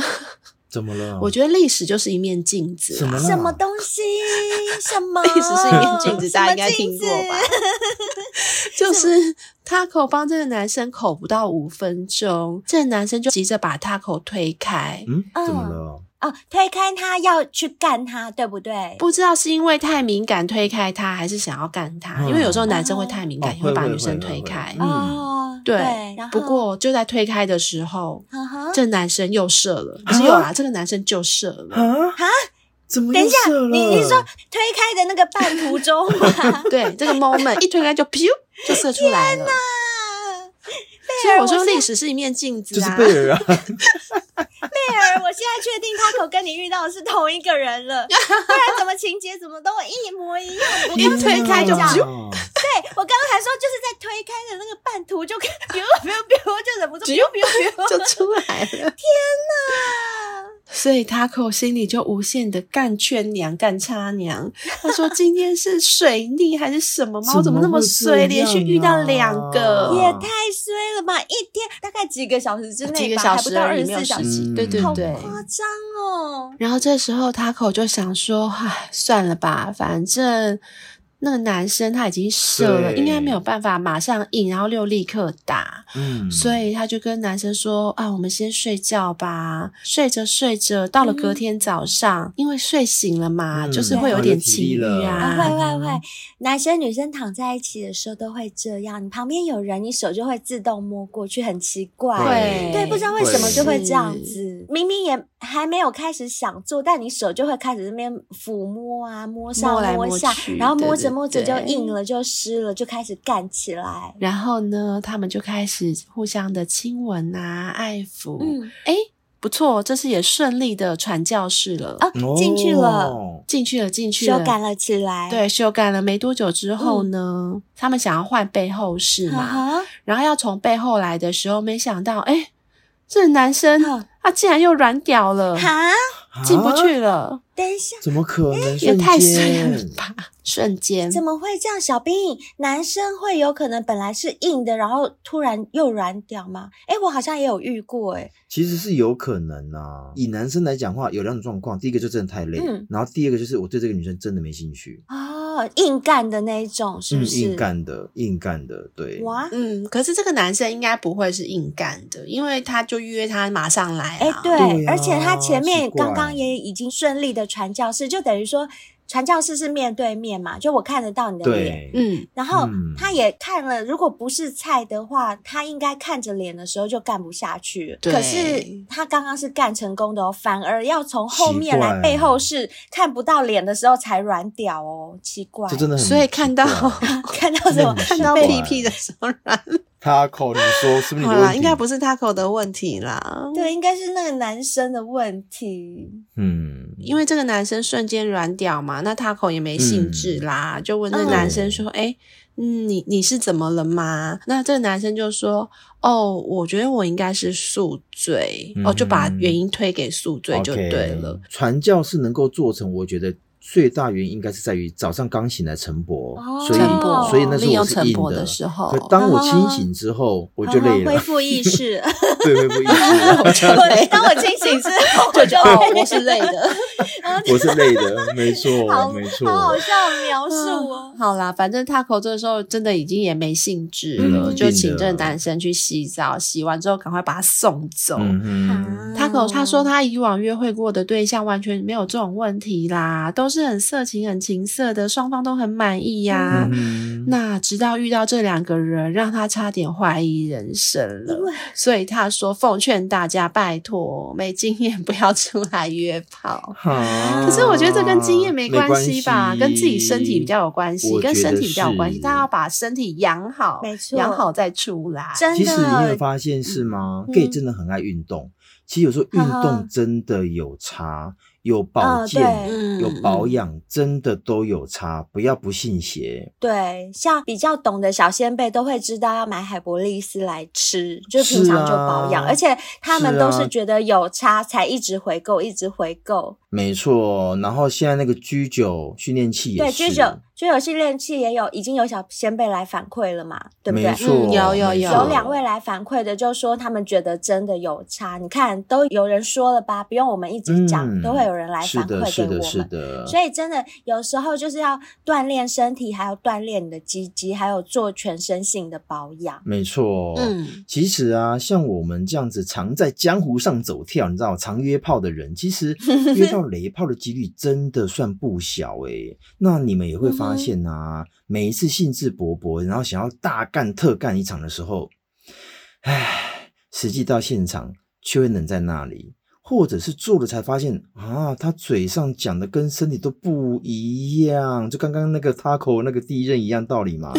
[SPEAKER 3] 怎么了？
[SPEAKER 1] 我觉得历史就是一面镜子
[SPEAKER 3] 怎么
[SPEAKER 1] 啊。
[SPEAKER 3] 了？
[SPEAKER 2] 什么东西？什 么？
[SPEAKER 1] 历史是一面镜子，
[SPEAKER 2] 什
[SPEAKER 1] 大家
[SPEAKER 2] 么
[SPEAKER 1] 应该
[SPEAKER 2] 镜
[SPEAKER 1] 听过
[SPEAKER 2] 子
[SPEAKER 1] 吧？ 就是 Taco 帮这个男生口不到五分钟，这个男生就急着把 Taco 推开，
[SPEAKER 3] 嗯，怎么
[SPEAKER 2] 嗯
[SPEAKER 3] 了？
[SPEAKER 2] 哦，推开他要去干他，对不对？
[SPEAKER 1] 不知道是因为太敏感推开他，还是想要干他。
[SPEAKER 3] 嗯
[SPEAKER 1] 因为有时候男生会太敏感，
[SPEAKER 3] 哦
[SPEAKER 1] 也会把
[SPEAKER 3] 会会
[SPEAKER 1] 女生
[SPEAKER 3] 会
[SPEAKER 1] 推
[SPEAKER 3] 会
[SPEAKER 1] 开。
[SPEAKER 3] 嗯
[SPEAKER 2] 哦，
[SPEAKER 1] 对
[SPEAKER 2] 然，后嗯
[SPEAKER 1] 不，过就在推开的时候，
[SPEAKER 2] 呵呵
[SPEAKER 1] 这男生又射了，不是有啦，这个男生就射了。。
[SPEAKER 3] 啊
[SPEAKER 2] 哈？
[SPEAKER 3] 怎么
[SPEAKER 2] 等
[SPEAKER 3] 又
[SPEAKER 2] 一下
[SPEAKER 3] 射了？
[SPEAKER 2] 你你说推开的那个半途中啊吧
[SPEAKER 3] 啊
[SPEAKER 1] 对，这个 moment 一推开就噗就射出来了。
[SPEAKER 2] 啊
[SPEAKER 1] 所以我
[SPEAKER 2] 贝尔
[SPEAKER 1] 说
[SPEAKER 2] 我
[SPEAKER 1] 历史是一面镜
[SPEAKER 3] 就
[SPEAKER 1] 子
[SPEAKER 3] 是
[SPEAKER 1] 啊。
[SPEAKER 3] 贝尔啊，
[SPEAKER 2] 贝尔，我现在确定他可跟你遇到的是同一个 人了，不然怎么情节怎么都一模一样？我
[SPEAKER 1] 一
[SPEAKER 2] 刚才
[SPEAKER 1] 推 开就
[SPEAKER 2] 讲
[SPEAKER 1] 啾
[SPEAKER 2] 对我刚才说就是在推开的那个半途就， 比如比如比如就忍不住，比如比 如
[SPEAKER 1] 就出来了。天哪！所以 Taco 心里就无限的干圈娘、干叉娘。他说：“今天是水逆还是什么吗？我怎么那么衰，连续遇到两
[SPEAKER 3] 怎么会这
[SPEAKER 1] 个
[SPEAKER 3] 样
[SPEAKER 2] 也
[SPEAKER 3] 啊
[SPEAKER 2] 太衰了吧！一天大概几个小时之内吧，
[SPEAKER 1] 几个小
[SPEAKER 2] 还不
[SPEAKER 1] 时
[SPEAKER 2] 到
[SPEAKER 1] 而
[SPEAKER 2] 二
[SPEAKER 1] 已，
[SPEAKER 2] 十
[SPEAKER 1] 没有
[SPEAKER 2] 四小
[SPEAKER 1] 时嗯
[SPEAKER 2] 时，
[SPEAKER 3] 时
[SPEAKER 1] 对对
[SPEAKER 2] 好
[SPEAKER 1] 对。
[SPEAKER 2] 夸张哦！
[SPEAKER 1] 然后这时候 Taco 就想说：‘唉，算了吧，反正那个男生他已经射了，
[SPEAKER 3] 对
[SPEAKER 1] 应该没有办法马上硬，然后又立刻打，
[SPEAKER 3] 嗯，
[SPEAKER 1] 所以他就跟男生说啊，我们先睡觉吧。睡着睡着，到了隔天早上，因为睡醒了嘛，
[SPEAKER 3] 嗯
[SPEAKER 1] 就是会有点情欲
[SPEAKER 2] 啊，
[SPEAKER 1] 啊，
[SPEAKER 2] 会会会，男生女生躺在一起的时候都会这样，你旁边有人，你手就会自动摸过去，很奇怪。
[SPEAKER 1] 会
[SPEAKER 2] 对，不知道为什么啊就会这样
[SPEAKER 1] 是
[SPEAKER 2] 子。明明也还没有开始想做，但你手就会开始那边抚摸啊，摸上
[SPEAKER 1] 摸来摸
[SPEAKER 2] 下，
[SPEAKER 1] 去
[SPEAKER 2] 然后
[SPEAKER 1] 对
[SPEAKER 2] 摸
[SPEAKER 1] 对
[SPEAKER 2] 着摸着就
[SPEAKER 1] 对
[SPEAKER 2] 硬了，就湿了，就开始干起来。
[SPEAKER 1] 然后呢，他们就开始互相的亲吻啊、爱抚。
[SPEAKER 2] 嗯，
[SPEAKER 1] 哎、不错，这次也顺利的传教士了，
[SPEAKER 2] 哦，进去了，
[SPEAKER 3] 哦
[SPEAKER 1] 进去了，进去
[SPEAKER 2] 修
[SPEAKER 1] 了，
[SPEAKER 2] 改了起来。
[SPEAKER 1] 对，修改了没多久之后呢，他们想要换背后式
[SPEAKER 2] 啊
[SPEAKER 1] 嘛，
[SPEAKER 2] 哈，
[SPEAKER 1] 然后要从背后来的时候，没想到，哎、这男生
[SPEAKER 2] 嗯
[SPEAKER 1] 他竟然又软屌了，
[SPEAKER 2] 哈，
[SPEAKER 1] 进不，
[SPEAKER 3] 啊
[SPEAKER 1] 去了，哎
[SPEAKER 2] 等一下。
[SPEAKER 3] 怎么可能？
[SPEAKER 1] 也
[SPEAKER 3] 瞬
[SPEAKER 1] 太顺
[SPEAKER 3] 间
[SPEAKER 1] 了吧！瞬间，
[SPEAKER 2] 怎么会这样？小兵，男生会有可能本来是硬的，然后突然又软掉吗？哎，我好像也有遇过、诶
[SPEAKER 3] 其实是有可能啊。以男生来讲话，有两种状况，第一个就真的太累，
[SPEAKER 2] 嗯
[SPEAKER 3] 然后第二个就是我对这个女生真的没兴趣，
[SPEAKER 2] 哎，哦，硬干的那一种，是不
[SPEAKER 3] 嗯，
[SPEAKER 2] 是？
[SPEAKER 3] 硬干的，硬干的，对，
[SPEAKER 2] 哇，
[SPEAKER 1] 嗯，可是这个男生应该不会是硬干的，因为他就约他马上来
[SPEAKER 2] 哎、
[SPEAKER 1] 啊。
[SPEAKER 2] 对，
[SPEAKER 3] 对
[SPEAKER 2] 而且他
[SPEAKER 3] 啊
[SPEAKER 2] 前面
[SPEAKER 3] 奇怪
[SPEAKER 2] 刚刚也已经顺利的传教士，就等于说传教士是面对面嘛，就我看得到你的脸，
[SPEAKER 3] 对，
[SPEAKER 1] 嗯，
[SPEAKER 2] 然后
[SPEAKER 3] 嗯
[SPEAKER 2] 他也看了，如果不是菜的话，他应该看着脸的时候就干不下去了。
[SPEAKER 1] 对
[SPEAKER 2] 可是他刚刚是干成功的哦，反而要从后面
[SPEAKER 3] 奇怪
[SPEAKER 2] 来
[SPEAKER 3] 啊
[SPEAKER 2] 背后是看不到脸的时候才软屌哦，奇怪。
[SPEAKER 3] 这真的很奇
[SPEAKER 1] 嗯
[SPEAKER 3] 怪。
[SPEAKER 1] 所以看到
[SPEAKER 2] 看到什么？
[SPEAKER 3] 那 很
[SPEAKER 2] 看
[SPEAKER 3] 奇
[SPEAKER 2] 到
[SPEAKER 3] 怪
[SPEAKER 1] 被
[SPEAKER 2] 我
[SPEAKER 1] 屁屁的时候软，
[SPEAKER 3] 他口，你说是不是你
[SPEAKER 1] 好
[SPEAKER 3] 的问
[SPEAKER 1] 啦，
[SPEAKER 3] 题？
[SPEAKER 1] 应该不是 Taco 的问题啦。
[SPEAKER 2] 对，应该是那个男生的问 题。
[SPEAKER 3] 嗯，
[SPEAKER 1] 因为这个男生瞬间软屌嘛，那 Taco 也没兴致
[SPEAKER 3] 嗯
[SPEAKER 1] 啦，就问这男生说：“哎、嗯，你你是怎么了吗？”那这个男生就说：“哦，我觉得我应该是宿醉，
[SPEAKER 3] 嗯
[SPEAKER 1] 哦，就把
[SPEAKER 3] 哼
[SPEAKER 1] 原因推给宿醉就对了。。
[SPEAKER 3] 传教是能够做成，我觉得最大原因应该是在于早上刚醒来晨勃，
[SPEAKER 2] 哦
[SPEAKER 3] 所以
[SPEAKER 1] 陈勃，
[SPEAKER 3] 所以那时
[SPEAKER 1] 利
[SPEAKER 3] 候
[SPEAKER 1] 用
[SPEAKER 3] 我是
[SPEAKER 1] 陈
[SPEAKER 3] 硬
[SPEAKER 1] 勃的时候啊
[SPEAKER 3] 可，当我清醒之后，我就累
[SPEAKER 2] 恢
[SPEAKER 3] 了，
[SPEAKER 2] 复意识。
[SPEAKER 3] 对，恢复意 识了，
[SPEAKER 2] 我当我清醒之后， 我就
[SPEAKER 1] 哦，我是累的。
[SPEAKER 3] 我是累的，没错，
[SPEAKER 2] 好
[SPEAKER 3] 没 错，
[SPEAKER 2] 好好笑的描述
[SPEAKER 1] 嗯
[SPEAKER 2] 哦。
[SPEAKER 1] 好啦，反正 Taco 这时候真的已经也没兴致了，
[SPEAKER 2] 嗯
[SPEAKER 1] 就请这
[SPEAKER 3] 真的
[SPEAKER 1] 男生去洗澡，洗完之后赶快把他送走。
[SPEAKER 3] 嗯
[SPEAKER 1] 他口他说他以往约会过的对象完全没有这种问题啦，都是很色情、很情色的，双方都很满意呀、
[SPEAKER 3] 哼，
[SPEAKER 2] 嗯
[SPEAKER 3] 嗯
[SPEAKER 1] 那直到遇到这两个人，让他差点怀疑人生
[SPEAKER 2] 因
[SPEAKER 1] 了。
[SPEAKER 2] 为
[SPEAKER 1] 所以他说，奉劝大家，拜托，没经验不要出来约 炮。
[SPEAKER 3] 哈
[SPEAKER 1] 可是我觉得这跟经验没
[SPEAKER 3] 啊没
[SPEAKER 1] 关系吧，
[SPEAKER 3] 系
[SPEAKER 1] 跟自己身体比较有关系，
[SPEAKER 3] 我
[SPEAKER 1] 跟
[SPEAKER 3] 觉
[SPEAKER 1] 身
[SPEAKER 3] 得
[SPEAKER 1] 体比较有关系。
[SPEAKER 3] 是
[SPEAKER 1] 大家要把身体养好，
[SPEAKER 2] 没错
[SPEAKER 1] 养好再出来。
[SPEAKER 2] 真
[SPEAKER 3] 其实你有
[SPEAKER 2] 的
[SPEAKER 3] 发现是吗、
[SPEAKER 2] 嗯
[SPEAKER 3] g a y 真的很爱运动。其实有时候运
[SPEAKER 2] 哈哈
[SPEAKER 3] 动真的有差，有保
[SPEAKER 2] 嗯
[SPEAKER 3] 健、
[SPEAKER 1] 对
[SPEAKER 3] 有
[SPEAKER 1] 嗯
[SPEAKER 3] 保养，真的都有差，不要不信邪。
[SPEAKER 2] 对，像比较懂的小先辈都会知道要买海博利斯来吃，就平常就保养，
[SPEAKER 3] 是啊
[SPEAKER 2] 而且他们都
[SPEAKER 3] 是
[SPEAKER 2] 是
[SPEAKER 3] 啊
[SPEAKER 2] 觉得有差才一直回购，一直回购。
[SPEAKER 3] 没错，然后现在那个 G 九训练器也
[SPEAKER 2] 对，
[SPEAKER 3] 是，
[SPEAKER 2] 居酒居酒训练器也有，已经有小先辈来反馈了嘛，对不对
[SPEAKER 3] 没？错，
[SPEAKER 1] 嗯有有
[SPEAKER 3] 没
[SPEAKER 1] 有
[SPEAKER 3] 错
[SPEAKER 2] 有两位来反馈的，就说他们觉得真的有差。你看，都有人说了吧，不用我们一直讲，
[SPEAKER 3] 嗯
[SPEAKER 2] 都会有人来
[SPEAKER 3] 是
[SPEAKER 2] 反
[SPEAKER 3] 的，
[SPEAKER 2] 馈
[SPEAKER 3] 是
[SPEAKER 2] 给
[SPEAKER 3] 的，
[SPEAKER 2] 我
[SPEAKER 3] 是
[SPEAKER 2] 们。
[SPEAKER 3] 的，
[SPEAKER 2] 所以真的有时候就是要锻炼身体，还有锻炼你的鸡鸡，还有做全身性的保养。
[SPEAKER 3] 没错，。
[SPEAKER 1] 嗯，
[SPEAKER 3] 其实啊，像我们这样子常在江湖上走跳，你知道，常约炮的人，其实约到雷炮的几率真的算不小诶、那你们也会发现啊，每一次兴致勃勃，然后想要大干特干一场的时候，唉，实际到现场却会冷在那里，或者是做了才发现啊，他嘴上讲的跟身体都不一样，就刚刚那个 taco 那个第一任一样道理嘛。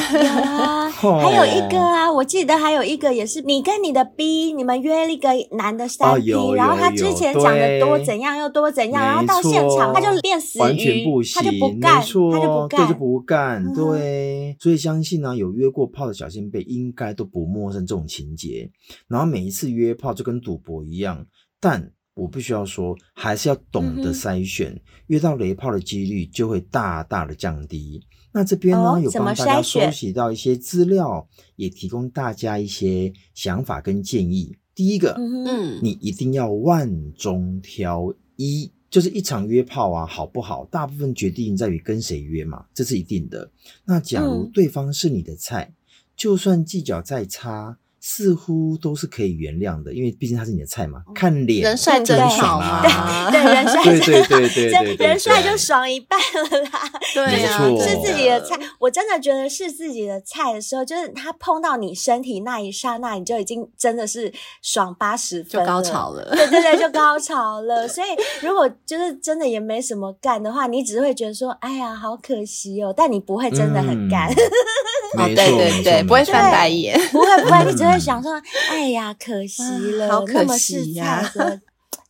[SPEAKER 2] 有啊，还有一个啊，我记得还有一个也是你跟你的 B，你们约了一个男的三 P，、
[SPEAKER 3] 哦有
[SPEAKER 2] 然后
[SPEAKER 3] 有
[SPEAKER 2] 他之
[SPEAKER 3] 有
[SPEAKER 2] 前讲的多
[SPEAKER 3] 对
[SPEAKER 2] 怎样又多怎样，然后
[SPEAKER 3] 没
[SPEAKER 2] 到现场他就
[SPEAKER 3] 错
[SPEAKER 2] 变死
[SPEAKER 3] 完
[SPEAKER 2] 鱼
[SPEAKER 3] 全不，
[SPEAKER 2] 他
[SPEAKER 3] 行，
[SPEAKER 2] 就不
[SPEAKER 3] 没
[SPEAKER 2] 干，他
[SPEAKER 3] 错
[SPEAKER 2] 就不
[SPEAKER 3] 对，就
[SPEAKER 2] 干。
[SPEAKER 3] 不干，
[SPEAKER 2] 嗯
[SPEAKER 3] 对。所以相信呢、有约过炮的小先辈应该都不陌生这种情节。然后每一次约炮就跟赌博一样，但我必须要说，还是要懂
[SPEAKER 2] 嗯哼
[SPEAKER 3] 得筛选，约到雷炮的几率就会大大的降低。那这边呢，
[SPEAKER 2] 哦
[SPEAKER 3] 有
[SPEAKER 2] 怎么
[SPEAKER 3] 帮大家
[SPEAKER 2] 筛选
[SPEAKER 3] 收集到一些资料，也提供大家一些想法跟建议。第一个，
[SPEAKER 2] 嗯哼，
[SPEAKER 1] 嗯，
[SPEAKER 3] 你一定要万中挑一。就是一场约炮啊，好不好？大部分决定在于跟谁约嘛，这是一定的。那假如
[SPEAKER 2] 嗯
[SPEAKER 3] 对方是你的菜，就算技巧再差，似乎都是可以原谅的，因为毕竟他是你的菜嘛。看脸，
[SPEAKER 1] 哦人帅真
[SPEAKER 2] 对
[SPEAKER 1] 好啊嘛，
[SPEAKER 2] 对人帅
[SPEAKER 3] 对
[SPEAKER 2] 真
[SPEAKER 3] 对
[SPEAKER 2] 好
[SPEAKER 3] 对对
[SPEAKER 2] 这
[SPEAKER 3] 对对
[SPEAKER 2] 人帅
[SPEAKER 3] 对
[SPEAKER 2] 就爽一半了啦。
[SPEAKER 1] 对啊，
[SPEAKER 3] 没错
[SPEAKER 2] 是
[SPEAKER 1] 真
[SPEAKER 2] 自己的菜，我真的觉得是自己的菜的时候，就是他碰到你身体那一刹那，你就已经真的是爽八十分
[SPEAKER 1] 就
[SPEAKER 2] 了
[SPEAKER 1] 高潮了。
[SPEAKER 2] 对对对，就高潮了。所以如果就是真的也没什么干的话，你只会觉得说，哎呀，好可惜哦。但你不会真的很干，
[SPEAKER 3] 嗯
[SPEAKER 1] 哦，
[SPEAKER 3] 没
[SPEAKER 1] 对
[SPEAKER 3] 错
[SPEAKER 1] 对
[SPEAKER 3] 没
[SPEAKER 1] 对，
[SPEAKER 3] 错
[SPEAKER 1] 不会
[SPEAKER 3] 没错
[SPEAKER 1] 翻白眼。
[SPEAKER 2] 不会不会，你只会
[SPEAKER 3] 嗯
[SPEAKER 2] 想说，哎呀，可惜了，
[SPEAKER 1] 啊好可
[SPEAKER 2] 那么是
[SPEAKER 1] 惜呀
[SPEAKER 2] 菜的。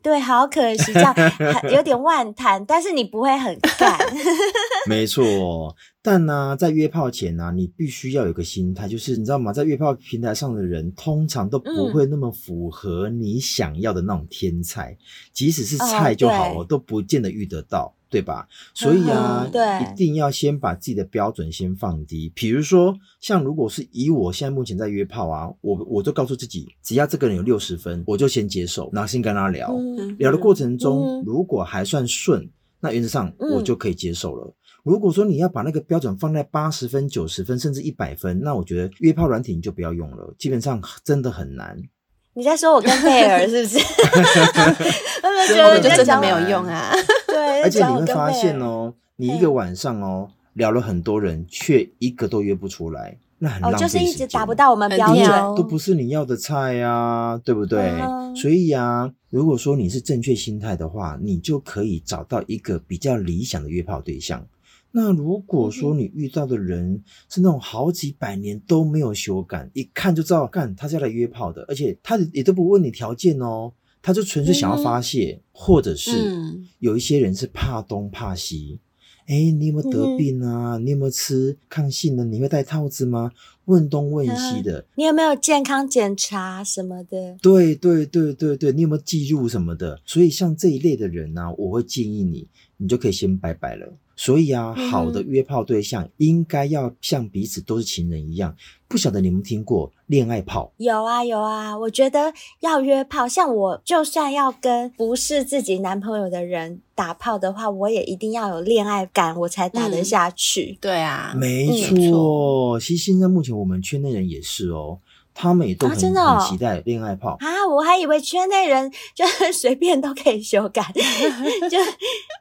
[SPEAKER 2] 对，好可惜，这样很有点万谈，但是你不会很 干。
[SPEAKER 3] 没错，但呢、在约炮前呢、你必须要有个心态，就是你知道吗？在约炮平台上的人，通常都不
[SPEAKER 2] 嗯
[SPEAKER 3] 会那么符合你想要的那种天菜，即使是
[SPEAKER 2] 哦
[SPEAKER 3] 菜就好哦，
[SPEAKER 2] 对
[SPEAKER 3] 都不见得遇得到，对吧？所以啊，
[SPEAKER 2] 嗯对
[SPEAKER 3] 一定要先把自己的标准先放低。比如说，像如果是以我现在目前在约炮啊，我我就告诉自己，只要这个人有六十分，我就先接受，然后先跟他聊。
[SPEAKER 2] 嗯
[SPEAKER 3] 聊的 过程中，
[SPEAKER 2] 嗯
[SPEAKER 3] 如果还算顺，那原则上
[SPEAKER 2] 嗯
[SPEAKER 3] 我就可以接受了。如果说你要把那个标准放在八十分、九十分甚至一百分，那我觉得约炮软体你就不要用了，基本上真的很难。
[SPEAKER 2] 你在说我跟贝尔是不 是？我有没有觉
[SPEAKER 3] 对
[SPEAKER 2] 得
[SPEAKER 1] 我
[SPEAKER 2] 你
[SPEAKER 1] 就
[SPEAKER 2] 在
[SPEAKER 1] 真的
[SPEAKER 2] 讲
[SPEAKER 1] 没有
[SPEAKER 2] 我
[SPEAKER 1] 用啊！
[SPEAKER 2] 对，
[SPEAKER 3] 而且
[SPEAKER 2] 在哎讲
[SPEAKER 3] 你
[SPEAKER 2] 我
[SPEAKER 3] 会
[SPEAKER 2] 跟
[SPEAKER 3] 发
[SPEAKER 2] 贝尔
[SPEAKER 3] 现，哦，你一个晚上哦聊了很多人，却一个都约不出来，那很
[SPEAKER 2] 哦，
[SPEAKER 3] 浪费
[SPEAKER 2] 就
[SPEAKER 3] 时
[SPEAKER 2] 是
[SPEAKER 3] 间。
[SPEAKER 2] 一直达不到我们
[SPEAKER 1] 很
[SPEAKER 2] 标
[SPEAKER 1] 挑
[SPEAKER 2] 准，
[SPEAKER 1] 挑
[SPEAKER 3] 都不是你要的菜啊，对不对？
[SPEAKER 2] 嗯
[SPEAKER 3] 所以啊，如果说你是正确心态的话，你就可以找到一个比较理想的约炮对象。那如果说你遇到的人是那种好几百年都没有修改，一看就知道，干他是要来约炮的，而且他也都不问你条件哦，他就纯粹想要发泄，或者是、
[SPEAKER 1] 嗯
[SPEAKER 3] 有一些人是怕东怕西，哎，你有没有得病啊？你有没有吃抗性的？你会戴套子吗？问东问西的，
[SPEAKER 2] 你有没有健康检查什么的？
[SPEAKER 3] 对对对对对，你有没有记录什么的？所以像这一类的人呢、我会建议你，你就可以先拜拜了。所以啊，
[SPEAKER 2] 嗯
[SPEAKER 3] 好的约炮对象应该要像彼此都是情人一样。不晓得你们听过恋爱炮？
[SPEAKER 2] 有啊有啊，我觉得要约炮，像我就算要跟不是自己男朋友的人打炮的话，我也一定要有恋爱感，我才打得
[SPEAKER 1] 嗯
[SPEAKER 2] 下去。
[SPEAKER 1] 对啊，
[SPEAKER 3] 没
[SPEAKER 1] 嗯没
[SPEAKER 3] 错，其实现在目前我们圈内人也是哦，他们也都
[SPEAKER 2] 啊
[SPEAKER 3] 很、
[SPEAKER 2] 真的哦
[SPEAKER 3] 很期待恋爱炮。
[SPEAKER 2] 啊，我还以为圈内人 就是随便都可以修 改，就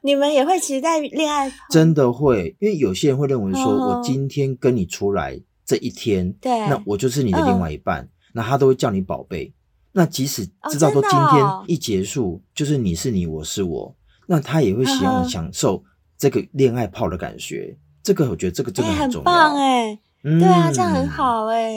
[SPEAKER 2] 你们也会期待恋爱炮？
[SPEAKER 3] 真的会，因为有些人会认为说，
[SPEAKER 2] 哦
[SPEAKER 3] 我今天跟你出来这一天，
[SPEAKER 2] 对嗯
[SPEAKER 3] 那我就是你的另外一半，那他都会叫你宝贝。那即使知道
[SPEAKER 2] 真
[SPEAKER 3] 说
[SPEAKER 2] 的
[SPEAKER 3] 今
[SPEAKER 2] 哦
[SPEAKER 3] 天一结束，就是你是你，我是我，那他也会
[SPEAKER 2] 嗯
[SPEAKER 3] 希望
[SPEAKER 2] 哼
[SPEAKER 3] 享受这个恋爱泡的感觉。这个我觉得这个真
[SPEAKER 2] 哎、
[SPEAKER 3] 的
[SPEAKER 2] 很
[SPEAKER 3] 重
[SPEAKER 2] 棒
[SPEAKER 3] 要，
[SPEAKER 2] 哎、
[SPEAKER 3] 嗯
[SPEAKER 2] 对啊，这样很好哎、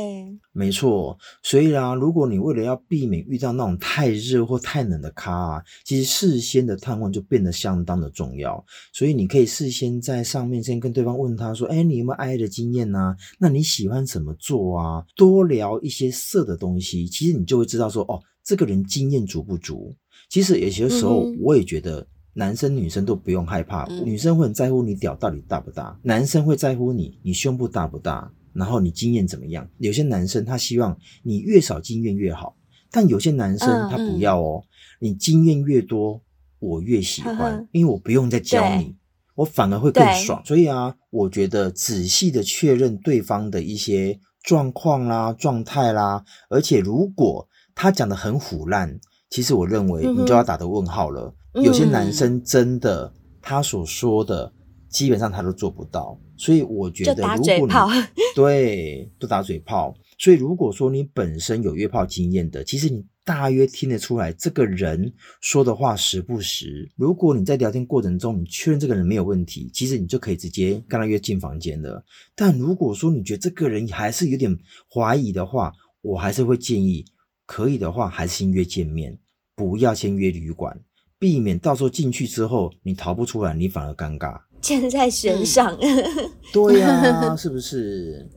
[SPEAKER 3] 没错，所以啦，如果你为了要避免遇到那种太热或太冷的咖啊，其实事先的探问就变得相当的重要。所以你可以事先在上面先跟对方问他说：“哎，你有没有爱的经验呐、那你喜欢怎么做啊？”多聊一些色的东西，其实你就会知道说：“哦，这个人经验足不足？”其实有些时候
[SPEAKER 2] 嗯哼
[SPEAKER 3] 我也觉得。男生女生都不用害怕，
[SPEAKER 1] 嗯
[SPEAKER 3] 女生会很在乎你屌到底大不大，男生会在乎你你胸部大不大，然后你经验怎么样。有些男生他希望你越少经验越好，但有些男生
[SPEAKER 2] 嗯
[SPEAKER 3] 他不
[SPEAKER 1] 嗯
[SPEAKER 3] 要哦，你经验越多，我越喜
[SPEAKER 2] 呵
[SPEAKER 3] 欢
[SPEAKER 2] 呵，
[SPEAKER 3] 因为我不用再教
[SPEAKER 2] 对
[SPEAKER 3] 你，我反而会更
[SPEAKER 2] 对
[SPEAKER 3] 爽。所以啊，我觉得仔细的确认对方的一些状况啦、状态啦，而且如果他讲的很虎烂，其实我认为
[SPEAKER 2] 嗯哼
[SPEAKER 3] 你就要打个问号了。有些男
[SPEAKER 1] 嗯
[SPEAKER 3] 生真的他所说的，基本上他都做不到，所以我觉
[SPEAKER 2] 就
[SPEAKER 3] 得
[SPEAKER 2] 打
[SPEAKER 3] 如
[SPEAKER 2] 嘴
[SPEAKER 3] 果你
[SPEAKER 2] 炮
[SPEAKER 3] 对，不打嘴炮。所以如果说你本身有约炮经验的，其实你大约听得出来这个人说的话实不实。如果你在聊天过程中，你确认这个人没有问题，其实你就可以直接跟他约进房间了。但如果说你觉得这个人还是有点怀疑的话，我还是会建议，可以的话还是先约见面，不要先约旅馆。避免到时候进去之后你逃不出来，你反而尴尬。
[SPEAKER 2] 箭在
[SPEAKER 3] 嗯
[SPEAKER 2] 弦上。
[SPEAKER 3] 对呀、 是不是？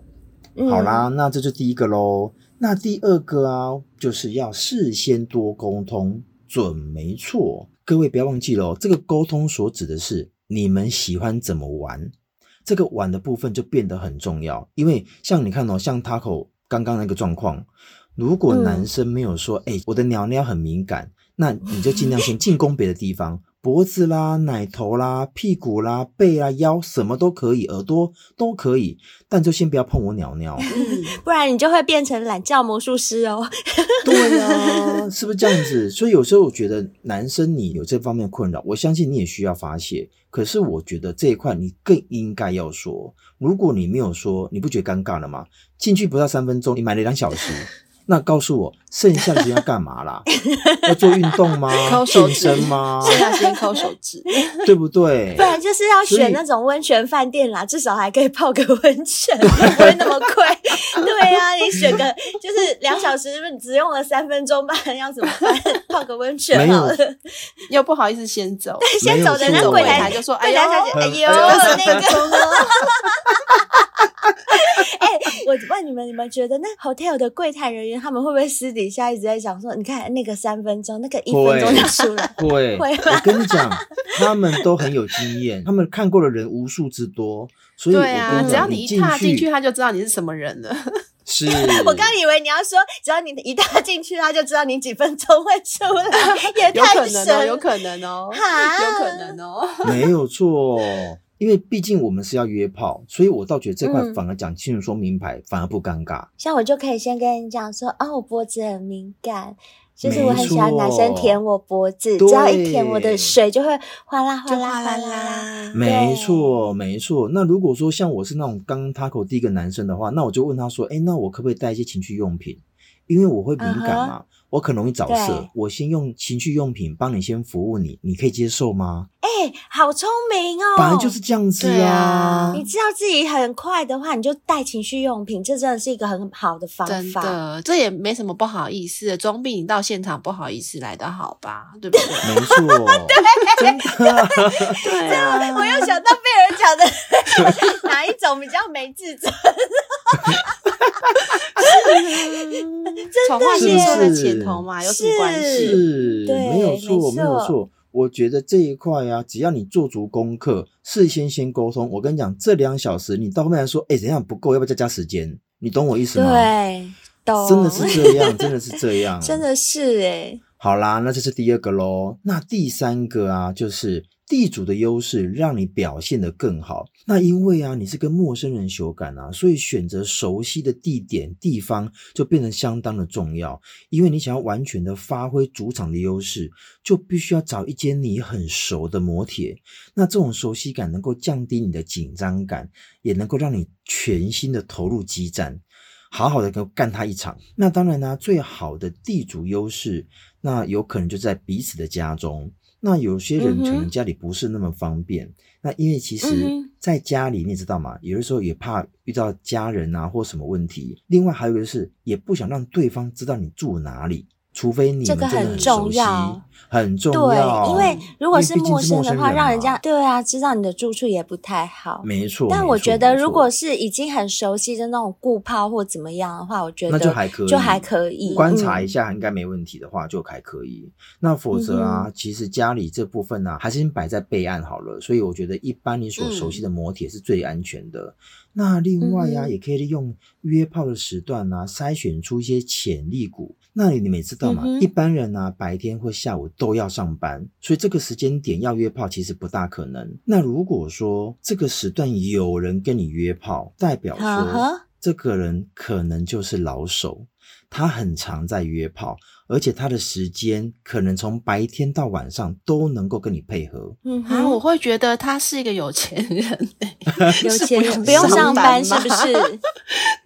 [SPEAKER 2] 嗯
[SPEAKER 3] 好啦，那这就第一个喽。那第二个啊，就是要事先多沟通，准没错。各位不要忘记喽，这个沟通所指的是你们喜欢怎么玩，这个玩的部分就变得很重要。因为像你看哦，像 Taco 刚刚那个状况，如果
[SPEAKER 2] 嗯
[SPEAKER 3] 男生没有说，哎、我的鸟鸟很敏感，那你就尽量先进攻别的地方， 脖子啦、奶头啦、屁股啦、背啦、腰什么都可以，耳朵都可以，但就先不要碰我鸟鸟。
[SPEAKER 2] 不然你就会变成懒觉魔术师哦。
[SPEAKER 3] 对啊， 是不是这样子？所以有时候我觉得男生你有这方面困扰，我相信你也需要发泄。可是我觉得这一块你更应该要说，如果你没有说，你不觉得尴尬了吗？进去不到三分钟，你买了两小 时，那告诉我剩下的时间要干嘛啦？要做运动吗？
[SPEAKER 1] 抠手
[SPEAKER 3] 健
[SPEAKER 1] 指
[SPEAKER 3] 身吗？
[SPEAKER 1] 是要先抠手指，
[SPEAKER 3] 对不对？
[SPEAKER 2] 不然就是要
[SPEAKER 3] 所以
[SPEAKER 2] 选那种温泉饭店啦，至少还可以泡个温泉， 不会那么贵。 对啊，你选个就是两小时，你只用了三分钟吧，要怎么办？ 泡个温泉好了
[SPEAKER 3] 没。
[SPEAKER 1] 又不好意思先走，
[SPEAKER 2] 先走人
[SPEAKER 3] 没
[SPEAKER 2] 家
[SPEAKER 3] 有错
[SPEAKER 2] 柜
[SPEAKER 3] 哎
[SPEAKER 2] 台
[SPEAKER 1] 就说：“哎
[SPEAKER 2] 对，
[SPEAKER 1] 呦，
[SPEAKER 2] 梁小姐，哎
[SPEAKER 3] 很
[SPEAKER 2] 呦，
[SPEAKER 1] 很
[SPEAKER 2] 那个。
[SPEAKER 3] 啊
[SPEAKER 2] 哎、我问你们，你们觉得那 hotel 的柜台人员他们会不会私底下一直在讲说，你看那个三分钟，那个一分钟就出来，
[SPEAKER 3] 会，
[SPEAKER 2] 会
[SPEAKER 3] 我跟你讲，他们都很有经验，他们看过的人无数之多，所以我
[SPEAKER 1] 对
[SPEAKER 3] 跟
[SPEAKER 1] 啊，
[SPEAKER 3] 你
[SPEAKER 1] 只要
[SPEAKER 3] 讲，
[SPEAKER 1] 你一
[SPEAKER 3] 进
[SPEAKER 1] 踏进去，
[SPEAKER 3] 去
[SPEAKER 1] 他就知道你是什么人 了。
[SPEAKER 3] 是，
[SPEAKER 2] 我刚以为你要说，只要你一踏进去，他就知道你几分钟会出来， 也
[SPEAKER 1] 有可
[SPEAKER 2] 太
[SPEAKER 1] 能
[SPEAKER 2] 神
[SPEAKER 1] 哦，
[SPEAKER 2] 了。
[SPEAKER 1] 有可能哦，
[SPEAKER 2] 哈
[SPEAKER 1] 有可能哦。
[SPEAKER 3] 没有错，因为毕竟我们是要约炮，所以我倒觉得这块
[SPEAKER 2] 嗯
[SPEAKER 3] 反而讲清楚说明白，反而不尴尬。
[SPEAKER 2] 像我就可以先跟人讲说，哦，我脖子很敏感，就是
[SPEAKER 3] 没
[SPEAKER 2] 我很喜欢男生
[SPEAKER 3] 错
[SPEAKER 2] 舔我脖子，
[SPEAKER 3] 对
[SPEAKER 2] 只要一舔我的水就会哗啦哗啦哗啦。
[SPEAKER 1] 啦，
[SPEAKER 3] 没错，没错。那如果说像我是那种刚 taco 第一个男生的话，那我就问他说：“哎，那我可不可以带一些情趣用品？因为我会敏感嘛我很容易早
[SPEAKER 2] 啊对
[SPEAKER 3] 射。我先用情趣用品帮你先服务你，你可以接受吗？
[SPEAKER 2] 哎、好聪明哦！
[SPEAKER 3] 本来就是这样子
[SPEAKER 1] 对啊
[SPEAKER 2] 你知道自己很快的话，你就带情绪用品，这真的是一个很好的方
[SPEAKER 1] 真
[SPEAKER 2] 法。
[SPEAKER 1] 的，这也没什么不好意思的，总比你到现场不好意思来的好吧？对不对？
[SPEAKER 3] 没错， 真的，
[SPEAKER 1] 对啊，
[SPEAKER 2] 我又想到贝尔讲的 哪一种比较没自尊？
[SPEAKER 1] 丑话先说在
[SPEAKER 3] 是
[SPEAKER 1] 前头嘛，有什么关系？
[SPEAKER 3] 是
[SPEAKER 2] 对
[SPEAKER 3] 没有
[SPEAKER 2] 没
[SPEAKER 3] 错，
[SPEAKER 2] 错
[SPEAKER 3] 没有错。我觉得这一块啊，只要你做足功课，事先先沟通。我跟你讲，这两小时你到后面来说，哎、怎样不够，要不要再加时间？你懂我意思吗？
[SPEAKER 2] 对，懂，
[SPEAKER 3] 真的是 这样，真的是这样，
[SPEAKER 2] 真。的是哎、
[SPEAKER 3] 好啦，那这是第二个喽。那第三个啊，就是地主的优势让你表现得更好。那因为啊，你是跟陌生人修改啊，所以选择熟悉的地点、地方就变得相当的重要。因为你想要完全的发挥主场的优势，就必须要找一间你很熟的摩铁。那这种熟悉感能够降低你的紧张感，也能够让你全心的投入激战。好好的给我干他一场。那当然呢、最好的地主优势，那有可能就在彼此的家中。那有些人
[SPEAKER 2] 嗯
[SPEAKER 3] 可能
[SPEAKER 2] 哼
[SPEAKER 3] 家里不是那么方便，那因为其实
[SPEAKER 2] 嗯哼
[SPEAKER 3] 在家里你也知道嘛，有的时候也怕遇到家人啊或什么问题。另外还有一个是，也不想让对方知道你住哪里，除非你们
[SPEAKER 2] 这
[SPEAKER 3] 真
[SPEAKER 2] 个
[SPEAKER 3] 的
[SPEAKER 2] 很
[SPEAKER 3] 很
[SPEAKER 2] 重
[SPEAKER 3] 熟悉
[SPEAKER 2] 要，
[SPEAKER 3] 很重要。
[SPEAKER 2] 对，因为如果是
[SPEAKER 3] 因为毕竟
[SPEAKER 2] 陌
[SPEAKER 3] 是陌
[SPEAKER 2] 生
[SPEAKER 3] 生
[SPEAKER 2] 的话，让人
[SPEAKER 3] 嘛
[SPEAKER 2] 家对啊知道你的住处也不太好。
[SPEAKER 3] 没错。
[SPEAKER 2] 但
[SPEAKER 3] 没
[SPEAKER 2] 我
[SPEAKER 3] 错
[SPEAKER 2] 觉得，
[SPEAKER 3] 没
[SPEAKER 2] 如
[SPEAKER 3] 错
[SPEAKER 2] 果是已经很熟悉的那种顾泡或怎么样的话，我觉得
[SPEAKER 3] 那就还可以，
[SPEAKER 2] 就还可以
[SPEAKER 3] 观察
[SPEAKER 2] 嗯
[SPEAKER 3] 一下，应该没问题的话就还可以。那否则啊，其实家里这部分呢、啊还是先摆在备案好了。所以我觉得，一般你所熟悉的摩铁是最安全的。那另外
[SPEAKER 2] 嗯
[SPEAKER 3] 呀、
[SPEAKER 2] 嗯哼
[SPEAKER 3] 也可以利用约炮的时段啊，筛选出一些潜力股。那你们也知道嘛，
[SPEAKER 2] 嗯哼
[SPEAKER 3] 一般人呢、白天或下午都要上班，所以这个时间点要约炮其实不大可能。那如果说这个时段有人跟你约炮，代表
[SPEAKER 2] 啊
[SPEAKER 3] 说
[SPEAKER 2] 哈
[SPEAKER 3] 这个人可能就是老手，他很常在约炮，而且他的时间可能从白天到晚上都能够跟你配合。
[SPEAKER 2] 嗯
[SPEAKER 1] 啊，
[SPEAKER 2] 哼，
[SPEAKER 1] 我会觉得他是一个有钱人，
[SPEAKER 2] 有
[SPEAKER 1] 是
[SPEAKER 2] 钱
[SPEAKER 1] 不
[SPEAKER 2] 人
[SPEAKER 1] 用
[SPEAKER 2] 不用
[SPEAKER 1] 上
[SPEAKER 2] 上班
[SPEAKER 1] 班
[SPEAKER 2] 是不
[SPEAKER 1] 吗
[SPEAKER 2] 是？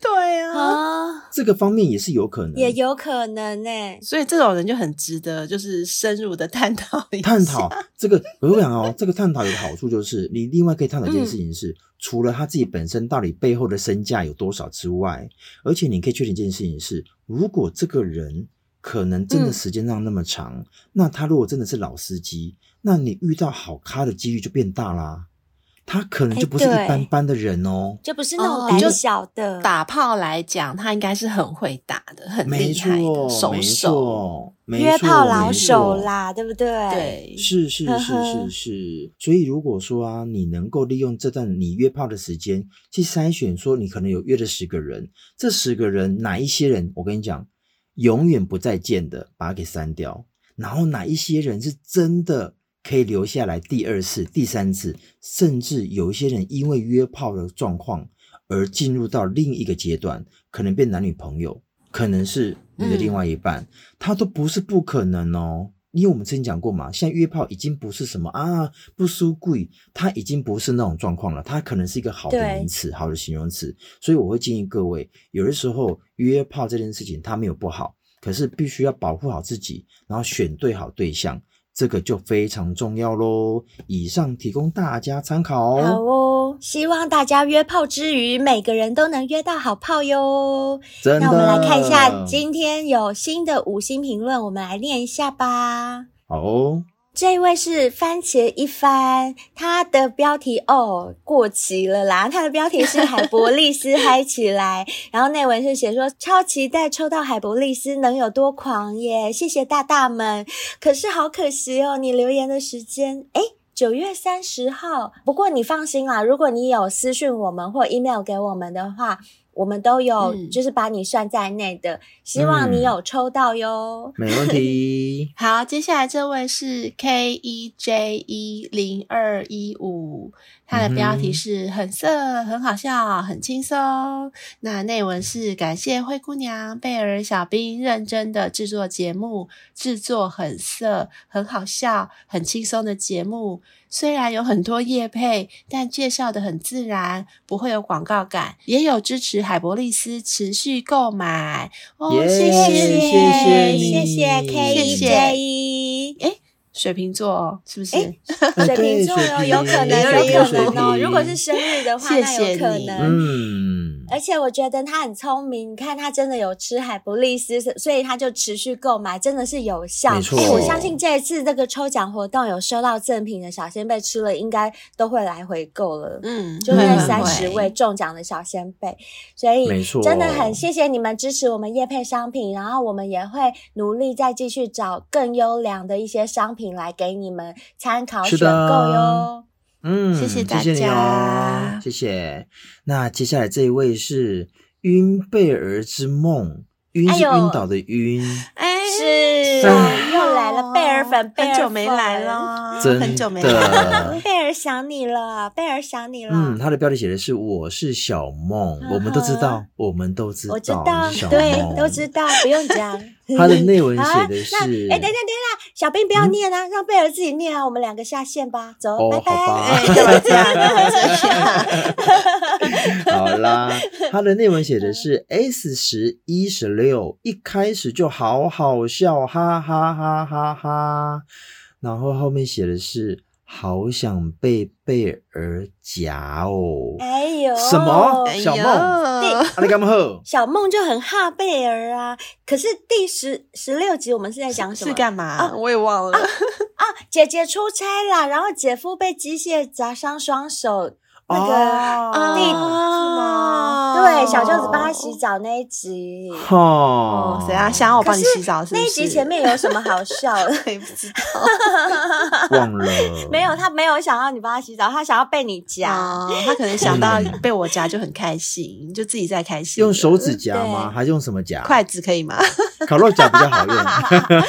[SPEAKER 1] 对啊，
[SPEAKER 2] 啊，
[SPEAKER 3] 这个方面也是有可能，
[SPEAKER 2] 也有可能呢、欸
[SPEAKER 1] 所以这种人就很值得，就是深入的探讨一下
[SPEAKER 3] 探讨
[SPEAKER 2] 啊
[SPEAKER 3] 这个，我跟你讲哦，这个探讨有个好处就是，你另外可以探讨一件事情是，
[SPEAKER 2] 嗯
[SPEAKER 3] 除了他自己本身到底背后的身价有多少之外，而且你可以确定一件事情是，如果这个人可能真的
[SPEAKER 2] 嗯
[SPEAKER 3] 时间上那么长，那他如果真的是老司机，那你遇到好咖的几率就变大啦。他可能就
[SPEAKER 2] 哎
[SPEAKER 3] 不是一
[SPEAKER 2] 对
[SPEAKER 3] 般般的人哦，
[SPEAKER 2] 就不是那
[SPEAKER 1] 哦
[SPEAKER 2] 种
[SPEAKER 1] 就
[SPEAKER 2] 胆小的。
[SPEAKER 1] 打炮来讲，他应该是很会打的，很
[SPEAKER 3] 没
[SPEAKER 1] 厉害的，
[SPEAKER 3] 错，
[SPEAKER 1] 熟
[SPEAKER 3] 没
[SPEAKER 1] 手。
[SPEAKER 3] 错，没
[SPEAKER 2] 约
[SPEAKER 3] 错
[SPEAKER 2] 炮老
[SPEAKER 3] 没
[SPEAKER 2] 手
[SPEAKER 3] 错
[SPEAKER 2] 啦，对不对？，
[SPEAKER 1] 对，
[SPEAKER 3] 是是
[SPEAKER 2] 呵
[SPEAKER 3] 是
[SPEAKER 2] 呵
[SPEAKER 3] 是是，所以如果说啊，你能够利用这段你约炮的时间去筛选，说你可能有约了十个人，这十个人哪一些人，我跟你讲，永远不再见的，把它给删掉。然后哪一些人是真的可以留下来第二次、第三次，甚至有一些人因为约炮的状况而进入到另一个阶段，可能变男女朋友，可能是你的另外一半，他都不是不可能哦。因为我们之前讲过嘛，现在约炮已经不是什么啊不输贵，它已经不是那种状况了，它可能是一个好的
[SPEAKER 2] 对
[SPEAKER 3] 名词、好的形容词。所以我会建议各位，有的时候约炮这件事情它没有不好，可是必须要保护好自己，然后选对好对象，这个就非常重要喽。以上提供大家参考
[SPEAKER 2] 好
[SPEAKER 3] 哦，
[SPEAKER 2] 哦，希望大家约炮之余，每个人都能约到好炮哟。
[SPEAKER 3] 真的。
[SPEAKER 2] 那我们来看一下，今天有新的五星评论，我们来念一下吧。
[SPEAKER 3] 好哦，
[SPEAKER 2] 这一位是番茄一番，他的标题哦过期了啦，他的标题是海博利斯嗨起来，然后内文是写说超期待抽到海博利斯能有多狂耶，谢谢大大们，可是好可惜哦，你留言的时间诶九月三十号，不过你放心啦，如果你有私讯我们或 email 给我们的话，我们都有
[SPEAKER 1] 嗯。
[SPEAKER 2] 就是把你算在内的，希望你
[SPEAKER 3] 嗯
[SPEAKER 2] 有抽到哟。
[SPEAKER 3] 没问题
[SPEAKER 1] 好，接下来这位是 K E J 一零二一五，它
[SPEAKER 3] 嗯
[SPEAKER 1] 的标题是很色、很好笑、很轻松。那内文是感谢灰姑娘、贝尔、小兵认真的制作节目，制作很色、很好笑、很轻松的节目。虽然有很多业配，但介绍的很自然，不会有广告感，也有支持海博利斯持续购买哦。
[SPEAKER 3] 耶
[SPEAKER 1] 谢
[SPEAKER 2] 谢
[SPEAKER 1] 谢
[SPEAKER 3] 谢你
[SPEAKER 2] 谢谢 K
[SPEAKER 1] 谢
[SPEAKER 2] E
[SPEAKER 1] 谢
[SPEAKER 2] J 一。
[SPEAKER 1] 水瓶座哦是不是？
[SPEAKER 2] 诶
[SPEAKER 3] 嗯
[SPEAKER 2] 水瓶座哦，有可能，
[SPEAKER 1] 水瓶
[SPEAKER 2] 有可能
[SPEAKER 3] 水
[SPEAKER 2] 哦。
[SPEAKER 3] 瓶
[SPEAKER 2] 如果是生日的话，
[SPEAKER 1] 谢
[SPEAKER 2] 那
[SPEAKER 1] 谢
[SPEAKER 2] 有可
[SPEAKER 1] 你
[SPEAKER 2] 能。
[SPEAKER 3] 嗯，
[SPEAKER 2] 而且我觉得他很聪明，你看他真的有吃海博利斯，所以他就持续购买，真的是有效。哎
[SPEAKER 3] 没错
[SPEAKER 2] 诶我相信这一次这个抽奖活动有收到赠品的小仙贝吃了，应该都会来回购了。
[SPEAKER 1] 嗯，
[SPEAKER 2] 就会
[SPEAKER 3] 嗯
[SPEAKER 2] 那
[SPEAKER 1] 很
[SPEAKER 2] 三
[SPEAKER 1] 会
[SPEAKER 2] 十位中奖的小先辈，所以
[SPEAKER 3] 没错
[SPEAKER 2] 真的很谢谢你们支持我们叶配商品，然后我们也会努力再继续找更优良的一些商品来给你们参考
[SPEAKER 3] 是
[SPEAKER 2] 选
[SPEAKER 3] 的
[SPEAKER 2] 购哟。哎
[SPEAKER 3] 嗯，
[SPEAKER 1] 谢谢大
[SPEAKER 3] 谢你
[SPEAKER 1] 家
[SPEAKER 3] 哦，谢谢。那接下来这一位是晕贝儿之梦，晕
[SPEAKER 2] 哎
[SPEAKER 3] 是
[SPEAKER 2] 呦
[SPEAKER 3] 晕倒的晕，
[SPEAKER 1] 哎，
[SPEAKER 2] 是
[SPEAKER 3] 哎
[SPEAKER 2] 又来了贝尔粉，贝尔
[SPEAKER 1] 很久
[SPEAKER 2] 粉
[SPEAKER 1] 没来，了，
[SPEAKER 3] 真的
[SPEAKER 1] 很久没来了。
[SPEAKER 2] 贝尔想你了，贝尔想你了。
[SPEAKER 3] 呃嗯，他的标题写的是“我是小梦”，我们都知道，我们都知
[SPEAKER 2] 嗯
[SPEAKER 3] 道，
[SPEAKER 2] 我知道
[SPEAKER 3] 你是小，
[SPEAKER 2] 对，
[SPEAKER 3] 梦
[SPEAKER 2] 都知。道，不用讲。
[SPEAKER 3] 他的内文
[SPEAKER 2] 好
[SPEAKER 3] 写
[SPEAKER 2] 啊，
[SPEAKER 3] 的
[SPEAKER 2] 那
[SPEAKER 3] 是，
[SPEAKER 2] 哎，等一下，等一下，小兵不要念啊，让贝尔自己念啊，我们两个下线吧，走，
[SPEAKER 3] 哦
[SPEAKER 2] 拜拜。
[SPEAKER 3] 好吧
[SPEAKER 1] 哎，干嘛这 样？干嘛这样？
[SPEAKER 3] 好啦，它的内文写
[SPEAKER 2] 嗯
[SPEAKER 3] 的是 S 十一十六，一开始就好好笑，哈哈哈哈哈。然后后面写的是好想被贝尔夹哦，啊
[SPEAKER 2] 哎呦，
[SPEAKER 3] 什么
[SPEAKER 1] 哎
[SPEAKER 3] 小梦
[SPEAKER 1] 呦
[SPEAKER 3] 阿里干嘛喝？
[SPEAKER 2] 小梦就很哈贝尔啊。可是第十十六集我们是在讲什么？
[SPEAKER 1] 是干
[SPEAKER 2] 哦
[SPEAKER 1] 嘛？我也忘了。
[SPEAKER 2] 啊，姐姐出差啦，然后姐夫被机械砸伤双手， 那个、
[SPEAKER 3] 哦
[SPEAKER 1] 啊
[SPEAKER 2] 弟弟是
[SPEAKER 1] 哦吗
[SPEAKER 2] 哦对小舅子帮他洗澡那一集。
[SPEAKER 1] 哦
[SPEAKER 3] 哦，，
[SPEAKER 1] 谁啊？想要我帮你洗澡是不
[SPEAKER 2] 那
[SPEAKER 1] 是？
[SPEAKER 2] 一集前 面哦有什么好笑的？
[SPEAKER 1] 也不知道。
[SPEAKER 3] 忘了
[SPEAKER 2] 没有，他没有想要你帮他洗澡，他想要被你夹。
[SPEAKER 1] 哦他可能想到被我夹就很开心，就自己在开心。
[SPEAKER 3] 嗯用手指夹吗？
[SPEAKER 2] 对
[SPEAKER 3] 还是用什么夹？
[SPEAKER 1] 筷子可以吗？
[SPEAKER 3] 烤肉夹比 较好用。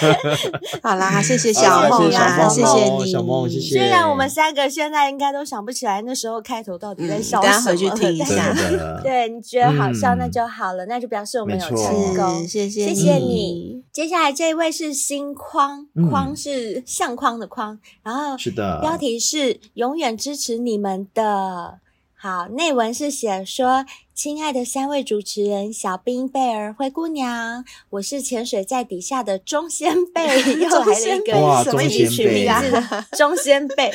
[SPEAKER 1] 好啦，谢谢
[SPEAKER 3] 好
[SPEAKER 1] 小
[SPEAKER 3] 啦
[SPEAKER 1] 梦啊，
[SPEAKER 3] 谢
[SPEAKER 1] 谢
[SPEAKER 3] 谢小梦
[SPEAKER 1] 你，
[SPEAKER 3] 小梦谢谢
[SPEAKER 2] 虽然我们三个现在应该都想不起来那时候开头到底在
[SPEAKER 1] 嗯
[SPEAKER 2] 笑
[SPEAKER 1] 大
[SPEAKER 2] 什
[SPEAKER 1] 家
[SPEAKER 2] 么，
[SPEAKER 1] 回去听一
[SPEAKER 2] 但
[SPEAKER 1] 下
[SPEAKER 2] 是，
[SPEAKER 3] 真的
[SPEAKER 2] 对，你觉得好笑
[SPEAKER 3] 嗯
[SPEAKER 2] 那就好了，那就表示我们有
[SPEAKER 3] 没错
[SPEAKER 2] 成功
[SPEAKER 1] 是。谢谢
[SPEAKER 2] 嗯谢
[SPEAKER 1] 你，
[SPEAKER 2] 谢你。接下来这一位是心框，
[SPEAKER 3] 嗯
[SPEAKER 2] 框是相框的框，然后
[SPEAKER 3] 是的。
[SPEAKER 2] 标题是“永远支持你们的”。好，内文是写说：“亲爱的三位主持人小冰、贝儿、灰姑娘，我是潜水在底下的中仙 贝，又来了一个
[SPEAKER 3] 哇
[SPEAKER 2] 什么
[SPEAKER 3] 中
[SPEAKER 2] 一
[SPEAKER 3] 仙
[SPEAKER 2] 取名字
[SPEAKER 3] 贝
[SPEAKER 2] 的中仙贝。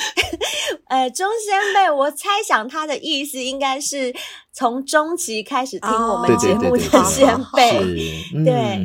[SPEAKER 2] 呃，中仙贝，我猜想他的意思应该是从中期开始听我
[SPEAKER 1] 哦
[SPEAKER 2] 们
[SPEAKER 3] 对
[SPEAKER 2] 节
[SPEAKER 3] 对对
[SPEAKER 2] 目
[SPEAKER 3] 对
[SPEAKER 2] 的先辈。
[SPEAKER 3] 是嗯
[SPEAKER 2] 对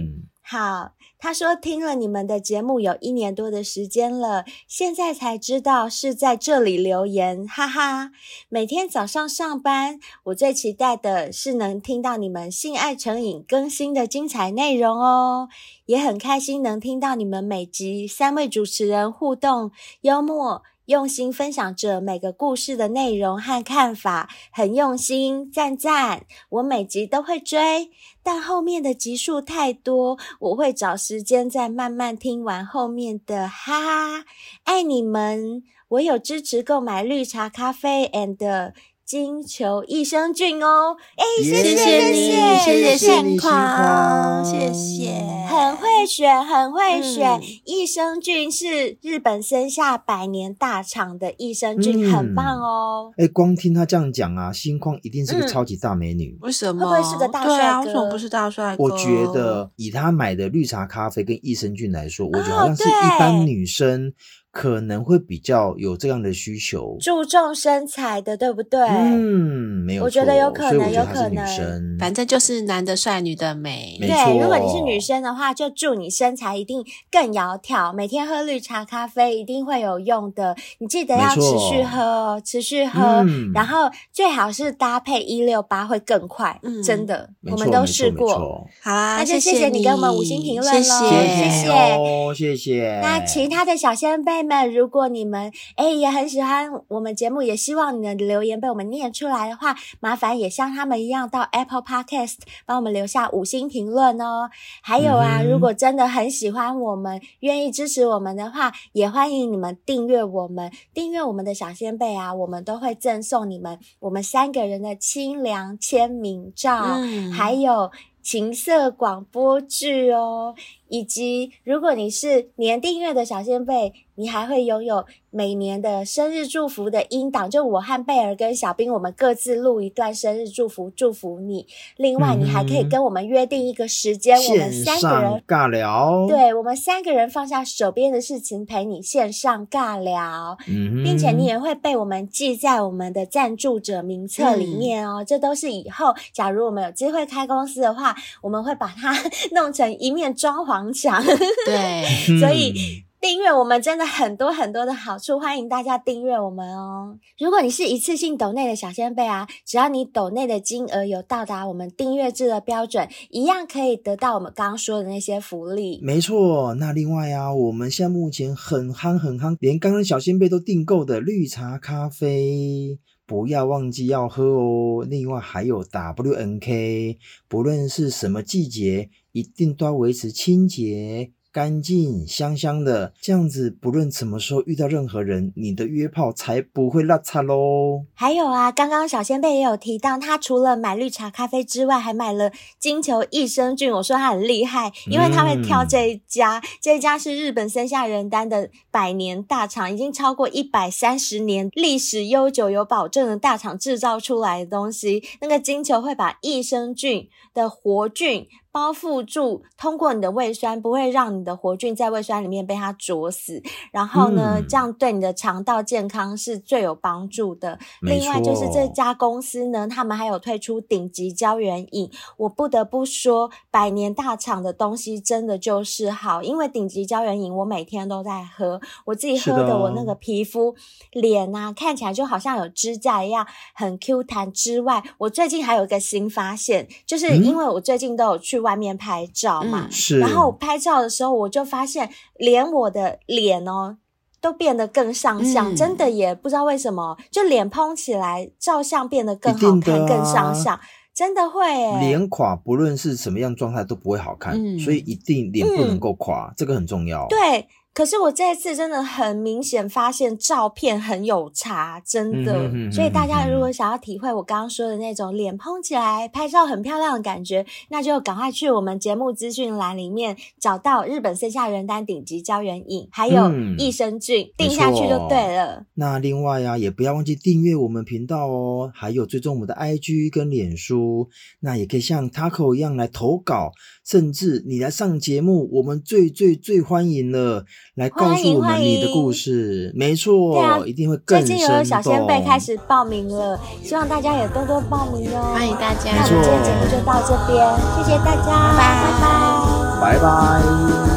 [SPEAKER 2] 好，他说听了你们的节目有一年多的时间了，现在才知道是在这里留言，哈哈。每天早上上班，我最期待的是能听到你们性爱成瘾更新的精彩内容哦，也很开心能听到你们每集三位主持人互动幽默。用心分享着每个故事的内容和看法，很用心，赞赞！我每集都会追，但后面的集数太多，我会找时间再慢慢听完后面的，哈哈！爱你们！我有支持购买绿茶咖啡 and 金球益生菌哦，哎、
[SPEAKER 3] 耶
[SPEAKER 2] 谢
[SPEAKER 1] 谢你
[SPEAKER 2] 谢
[SPEAKER 1] 谢
[SPEAKER 2] 谢
[SPEAKER 1] 谢你
[SPEAKER 2] 你
[SPEAKER 1] 心
[SPEAKER 2] 狂
[SPEAKER 1] 狂，谢谢。
[SPEAKER 2] 很会选，很会选
[SPEAKER 1] 嗯。
[SPEAKER 2] 益生菌是日本生下百年大厂的益生菌，
[SPEAKER 3] 嗯
[SPEAKER 2] 很棒哦。
[SPEAKER 3] 哎，光听他这样讲啊，心旷一定是个
[SPEAKER 2] 嗯
[SPEAKER 3] 超级大美女。
[SPEAKER 1] 为什么？
[SPEAKER 2] 会不会是个大
[SPEAKER 1] 对啊，
[SPEAKER 2] 帅哥
[SPEAKER 1] 为什么不是大帅哥？
[SPEAKER 3] 我觉得以她买的绿茶咖啡跟益生菌来说，我觉得好像是
[SPEAKER 2] 对
[SPEAKER 3] 一般女生可能会比较有这样的需求。
[SPEAKER 2] 注重身材的，对不对？
[SPEAKER 3] 嗯，没有错，
[SPEAKER 2] 我觉得有可能
[SPEAKER 3] 所以我觉
[SPEAKER 2] 有
[SPEAKER 3] 得她是
[SPEAKER 2] 可
[SPEAKER 3] 女
[SPEAKER 2] 能
[SPEAKER 3] 生。
[SPEAKER 1] 反正就是男的帅，女的美。
[SPEAKER 3] 没错
[SPEAKER 2] 对，如果你是女生的话，就祝你身材一定更窈窕，每天喝绿茶咖啡一定会有用的。你记得要
[SPEAKER 3] 没
[SPEAKER 2] 持
[SPEAKER 3] 错
[SPEAKER 2] 续喝哦，持续喝，
[SPEAKER 3] 嗯
[SPEAKER 2] 然后最好是搭配一六八会更快，
[SPEAKER 1] 嗯
[SPEAKER 2] 真的，
[SPEAKER 3] 没
[SPEAKER 2] 我
[SPEAKER 3] 错
[SPEAKER 2] 们都试。
[SPEAKER 3] 没错没
[SPEAKER 2] 过。
[SPEAKER 3] 错
[SPEAKER 1] 好啦，
[SPEAKER 2] 那就
[SPEAKER 1] 谢
[SPEAKER 2] 谢谢
[SPEAKER 1] 你
[SPEAKER 2] 你给我们五星评论
[SPEAKER 1] 谢
[SPEAKER 2] 咯
[SPEAKER 1] 谢，
[SPEAKER 3] 谢
[SPEAKER 2] 谢
[SPEAKER 3] 谢
[SPEAKER 2] 谢
[SPEAKER 3] 哦，谢谢。
[SPEAKER 2] 那其他的小先辈们，如果你们哎也很喜欢我们节目，也希望你的留言被我们念出来的话，麻烦也像他们一样到 Apple Podcast 帮我们留下五星评论哦。还有啊，
[SPEAKER 3] 嗯哼
[SPEAKER 2] 如果真的很喜欢我们，愿意支持我们的话，也欢迎你们订阅我们，订阅我们的小先辈啊，我们都会赠送你们我们三个人的清凉签名照。
[SPEAKER 1] 嗯
[SPEAKER 2] 还有情色广播剧哦，以及如果你是年订阅的小先贝，你还会拥有每年的生日祝福的音档，就我和贝尔跟小兵，我们各自录一段生日祝福，祝福你。另外，你还可以
[SPEAKER 3] 嗯哼
[SPEAKER 2] 跟我们约定一个时间，我们
[SPEAKER 3] 线
[SPEAKER 2] 三个
[SPEAKER 3] 上
[SPEAKER 2] 人。
[SPEAKER 3] 尬聊，，
[SPEAKER 2] 对我们三个人放下手边的事情，陪你线上尬聊，
[SPEAKER 3] 嗯，
[SPEAKER 2] 并且你。也会被我们记在我们的赞助者名册里面哦。这都是以后假如我们有机会开公司的话，我们会把它 弄成一面装潢墙。
[SPEAKER 1] 对，
[SPEAKER 2] 所以订阅我们真的很多很多的好处，欢迎大家订阅我们哦。如果你是一次性抖内的小先贝啊，只要你抖内的金额有到达我们订阅制的标准，一样可以得到我们刚刚说的那些福利。
[SPEAKER 3] 没错，那另外啊，我们现在目前很夯很夯，连刚刚小仙贝都订购的绿茶咖啡，不要忘记要喝哦。另外还有 WNK，不论是什么季节，一定都要维持清洁、干净、香香的，这样子不论什么时候遇到任何人，你的约炮才不会落差喽。
[SPEAKER 2] 还有啊，刚刚小仙贝也有提到，他除了买绿茶咖啡之外，还买了金球益生菌。我说他很厉害，因为他会挑这一家，这一家是日本生下人丹的百年大厂，已经超过一百三十年历史悠久、有保证的大厂制造出来的东西。那个金球会把益生菌的活菌包覆住，通过你的胃酸，不会让你的活菌在胃酸里面被它灼死。然后呢，
[SPEAKER 3] 嗯
[SPEAKER 2] 这样对你的肠道健康是最有帮助的。
[SPEAKER 3] 没
[SPEAKER 2] 另外就是这
[SPEAKER 3] 错
[SPEAKER 2] 家公司呢，他们还有推出顶级胶原饮。我不得不说，百年大厂的东西真的就是好，因为顶级胶原饮我每天都在喝，我自己
[SPEAKER 3] 是
[SPEAKER 2] 喝
[SPEAKER 3] 的
[SPEAKER 2] 的，
[SPEAKER 3] 哦
[SPEAKER 2] 我那个皮肤、脸啊，看起来就好像有指甲一样，很 Q 弹。之外，我最近还有一个新发现，就是
[SPEAKER 3] 嗯
[SPEAKER 2] 因为我最近都有去外面拍照嘛，
[SPEAKER 1] 嗯
[SPEAKER 3] 是，
[SPEAKER 2] 然后我拍照的时候，我就发现连我的脸哦。都变得更上相，
[SPEAKER 1] 嗯
[SPEAKER 2] 真的也不知道为什么，就脸嘭起来，照相变得更
[SPEAKER 3] 一
[SPEAKER 2] 好
[SPEAKER 3] 定
[SPEAKER 2] 看、
[SPEAKER 3] 的啊
[SPEAKER 2] 更上相，真的会欸耶、
[SPEAKER 3] 脸垮，不论是什么样状态都不会好看，
[SPEAKER 1] 嗯
[SPEAKER 3] 所以一定脸不能
[SPEAKER 2] 嗯
[SPEAKER 3] 够垮，这个很重要。
[SPEAKER 2] 对，可是我这一次真的很明显发现照片很有差，真的。
[SPEAKER 3] 嗯哼哼哼
[SPEAKER 2] 所以大家如
[SPEAKER 3] 哼
[SPEAKER 2] 果
[SPEAKER 3] 哼
[SPEAKER 2] 想要体会我刚刚说的那种脸嘭起来、拍照很漂亮的感觉，那就赶快去我们节目资讯栏里面找到日本生下人丹顶级胶原饮，还有
[SPEAKER 3] 嗯
[SPEAKER 2] 益生菌，
[SPEAKER 3] 没
[SPEAKER 2] 定下去就
[SPEAKER 3] 错
[SPEAKER 2] 对了。
[SPEAKER 3] 那另外啊，也不要忘记订阅我们频道哦，还有追踪我们的 IG 跟脸书。那也可以像 Taco 一样来投稿，甚至你来上节目，我们最最最欢迎了，来告
[SPEAKER 2] 欢迎
[SPEAKER 3] 诉我们
[SPEAKER 2] 欢迎
[SPEAKER 3] 你的故事。没错，
[SPEAKER 2] 对啊
[SPEAKER 3] 一定会更哦
[SPEAKER 2] 最
[SPEAKER 3] 生动。
[SPEAKER 2] 近又有小先贝开始报名了，希望大家也多多报名哦。
[SPEAKER 3] 哎
[SPEAKER 1] 欢迎大家
[SPEAKER 2] 那我们今天节目就到这边，谢谢大家，拜拜
[SPEAKER 3] 拜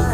[SPEAKER 3] 拜。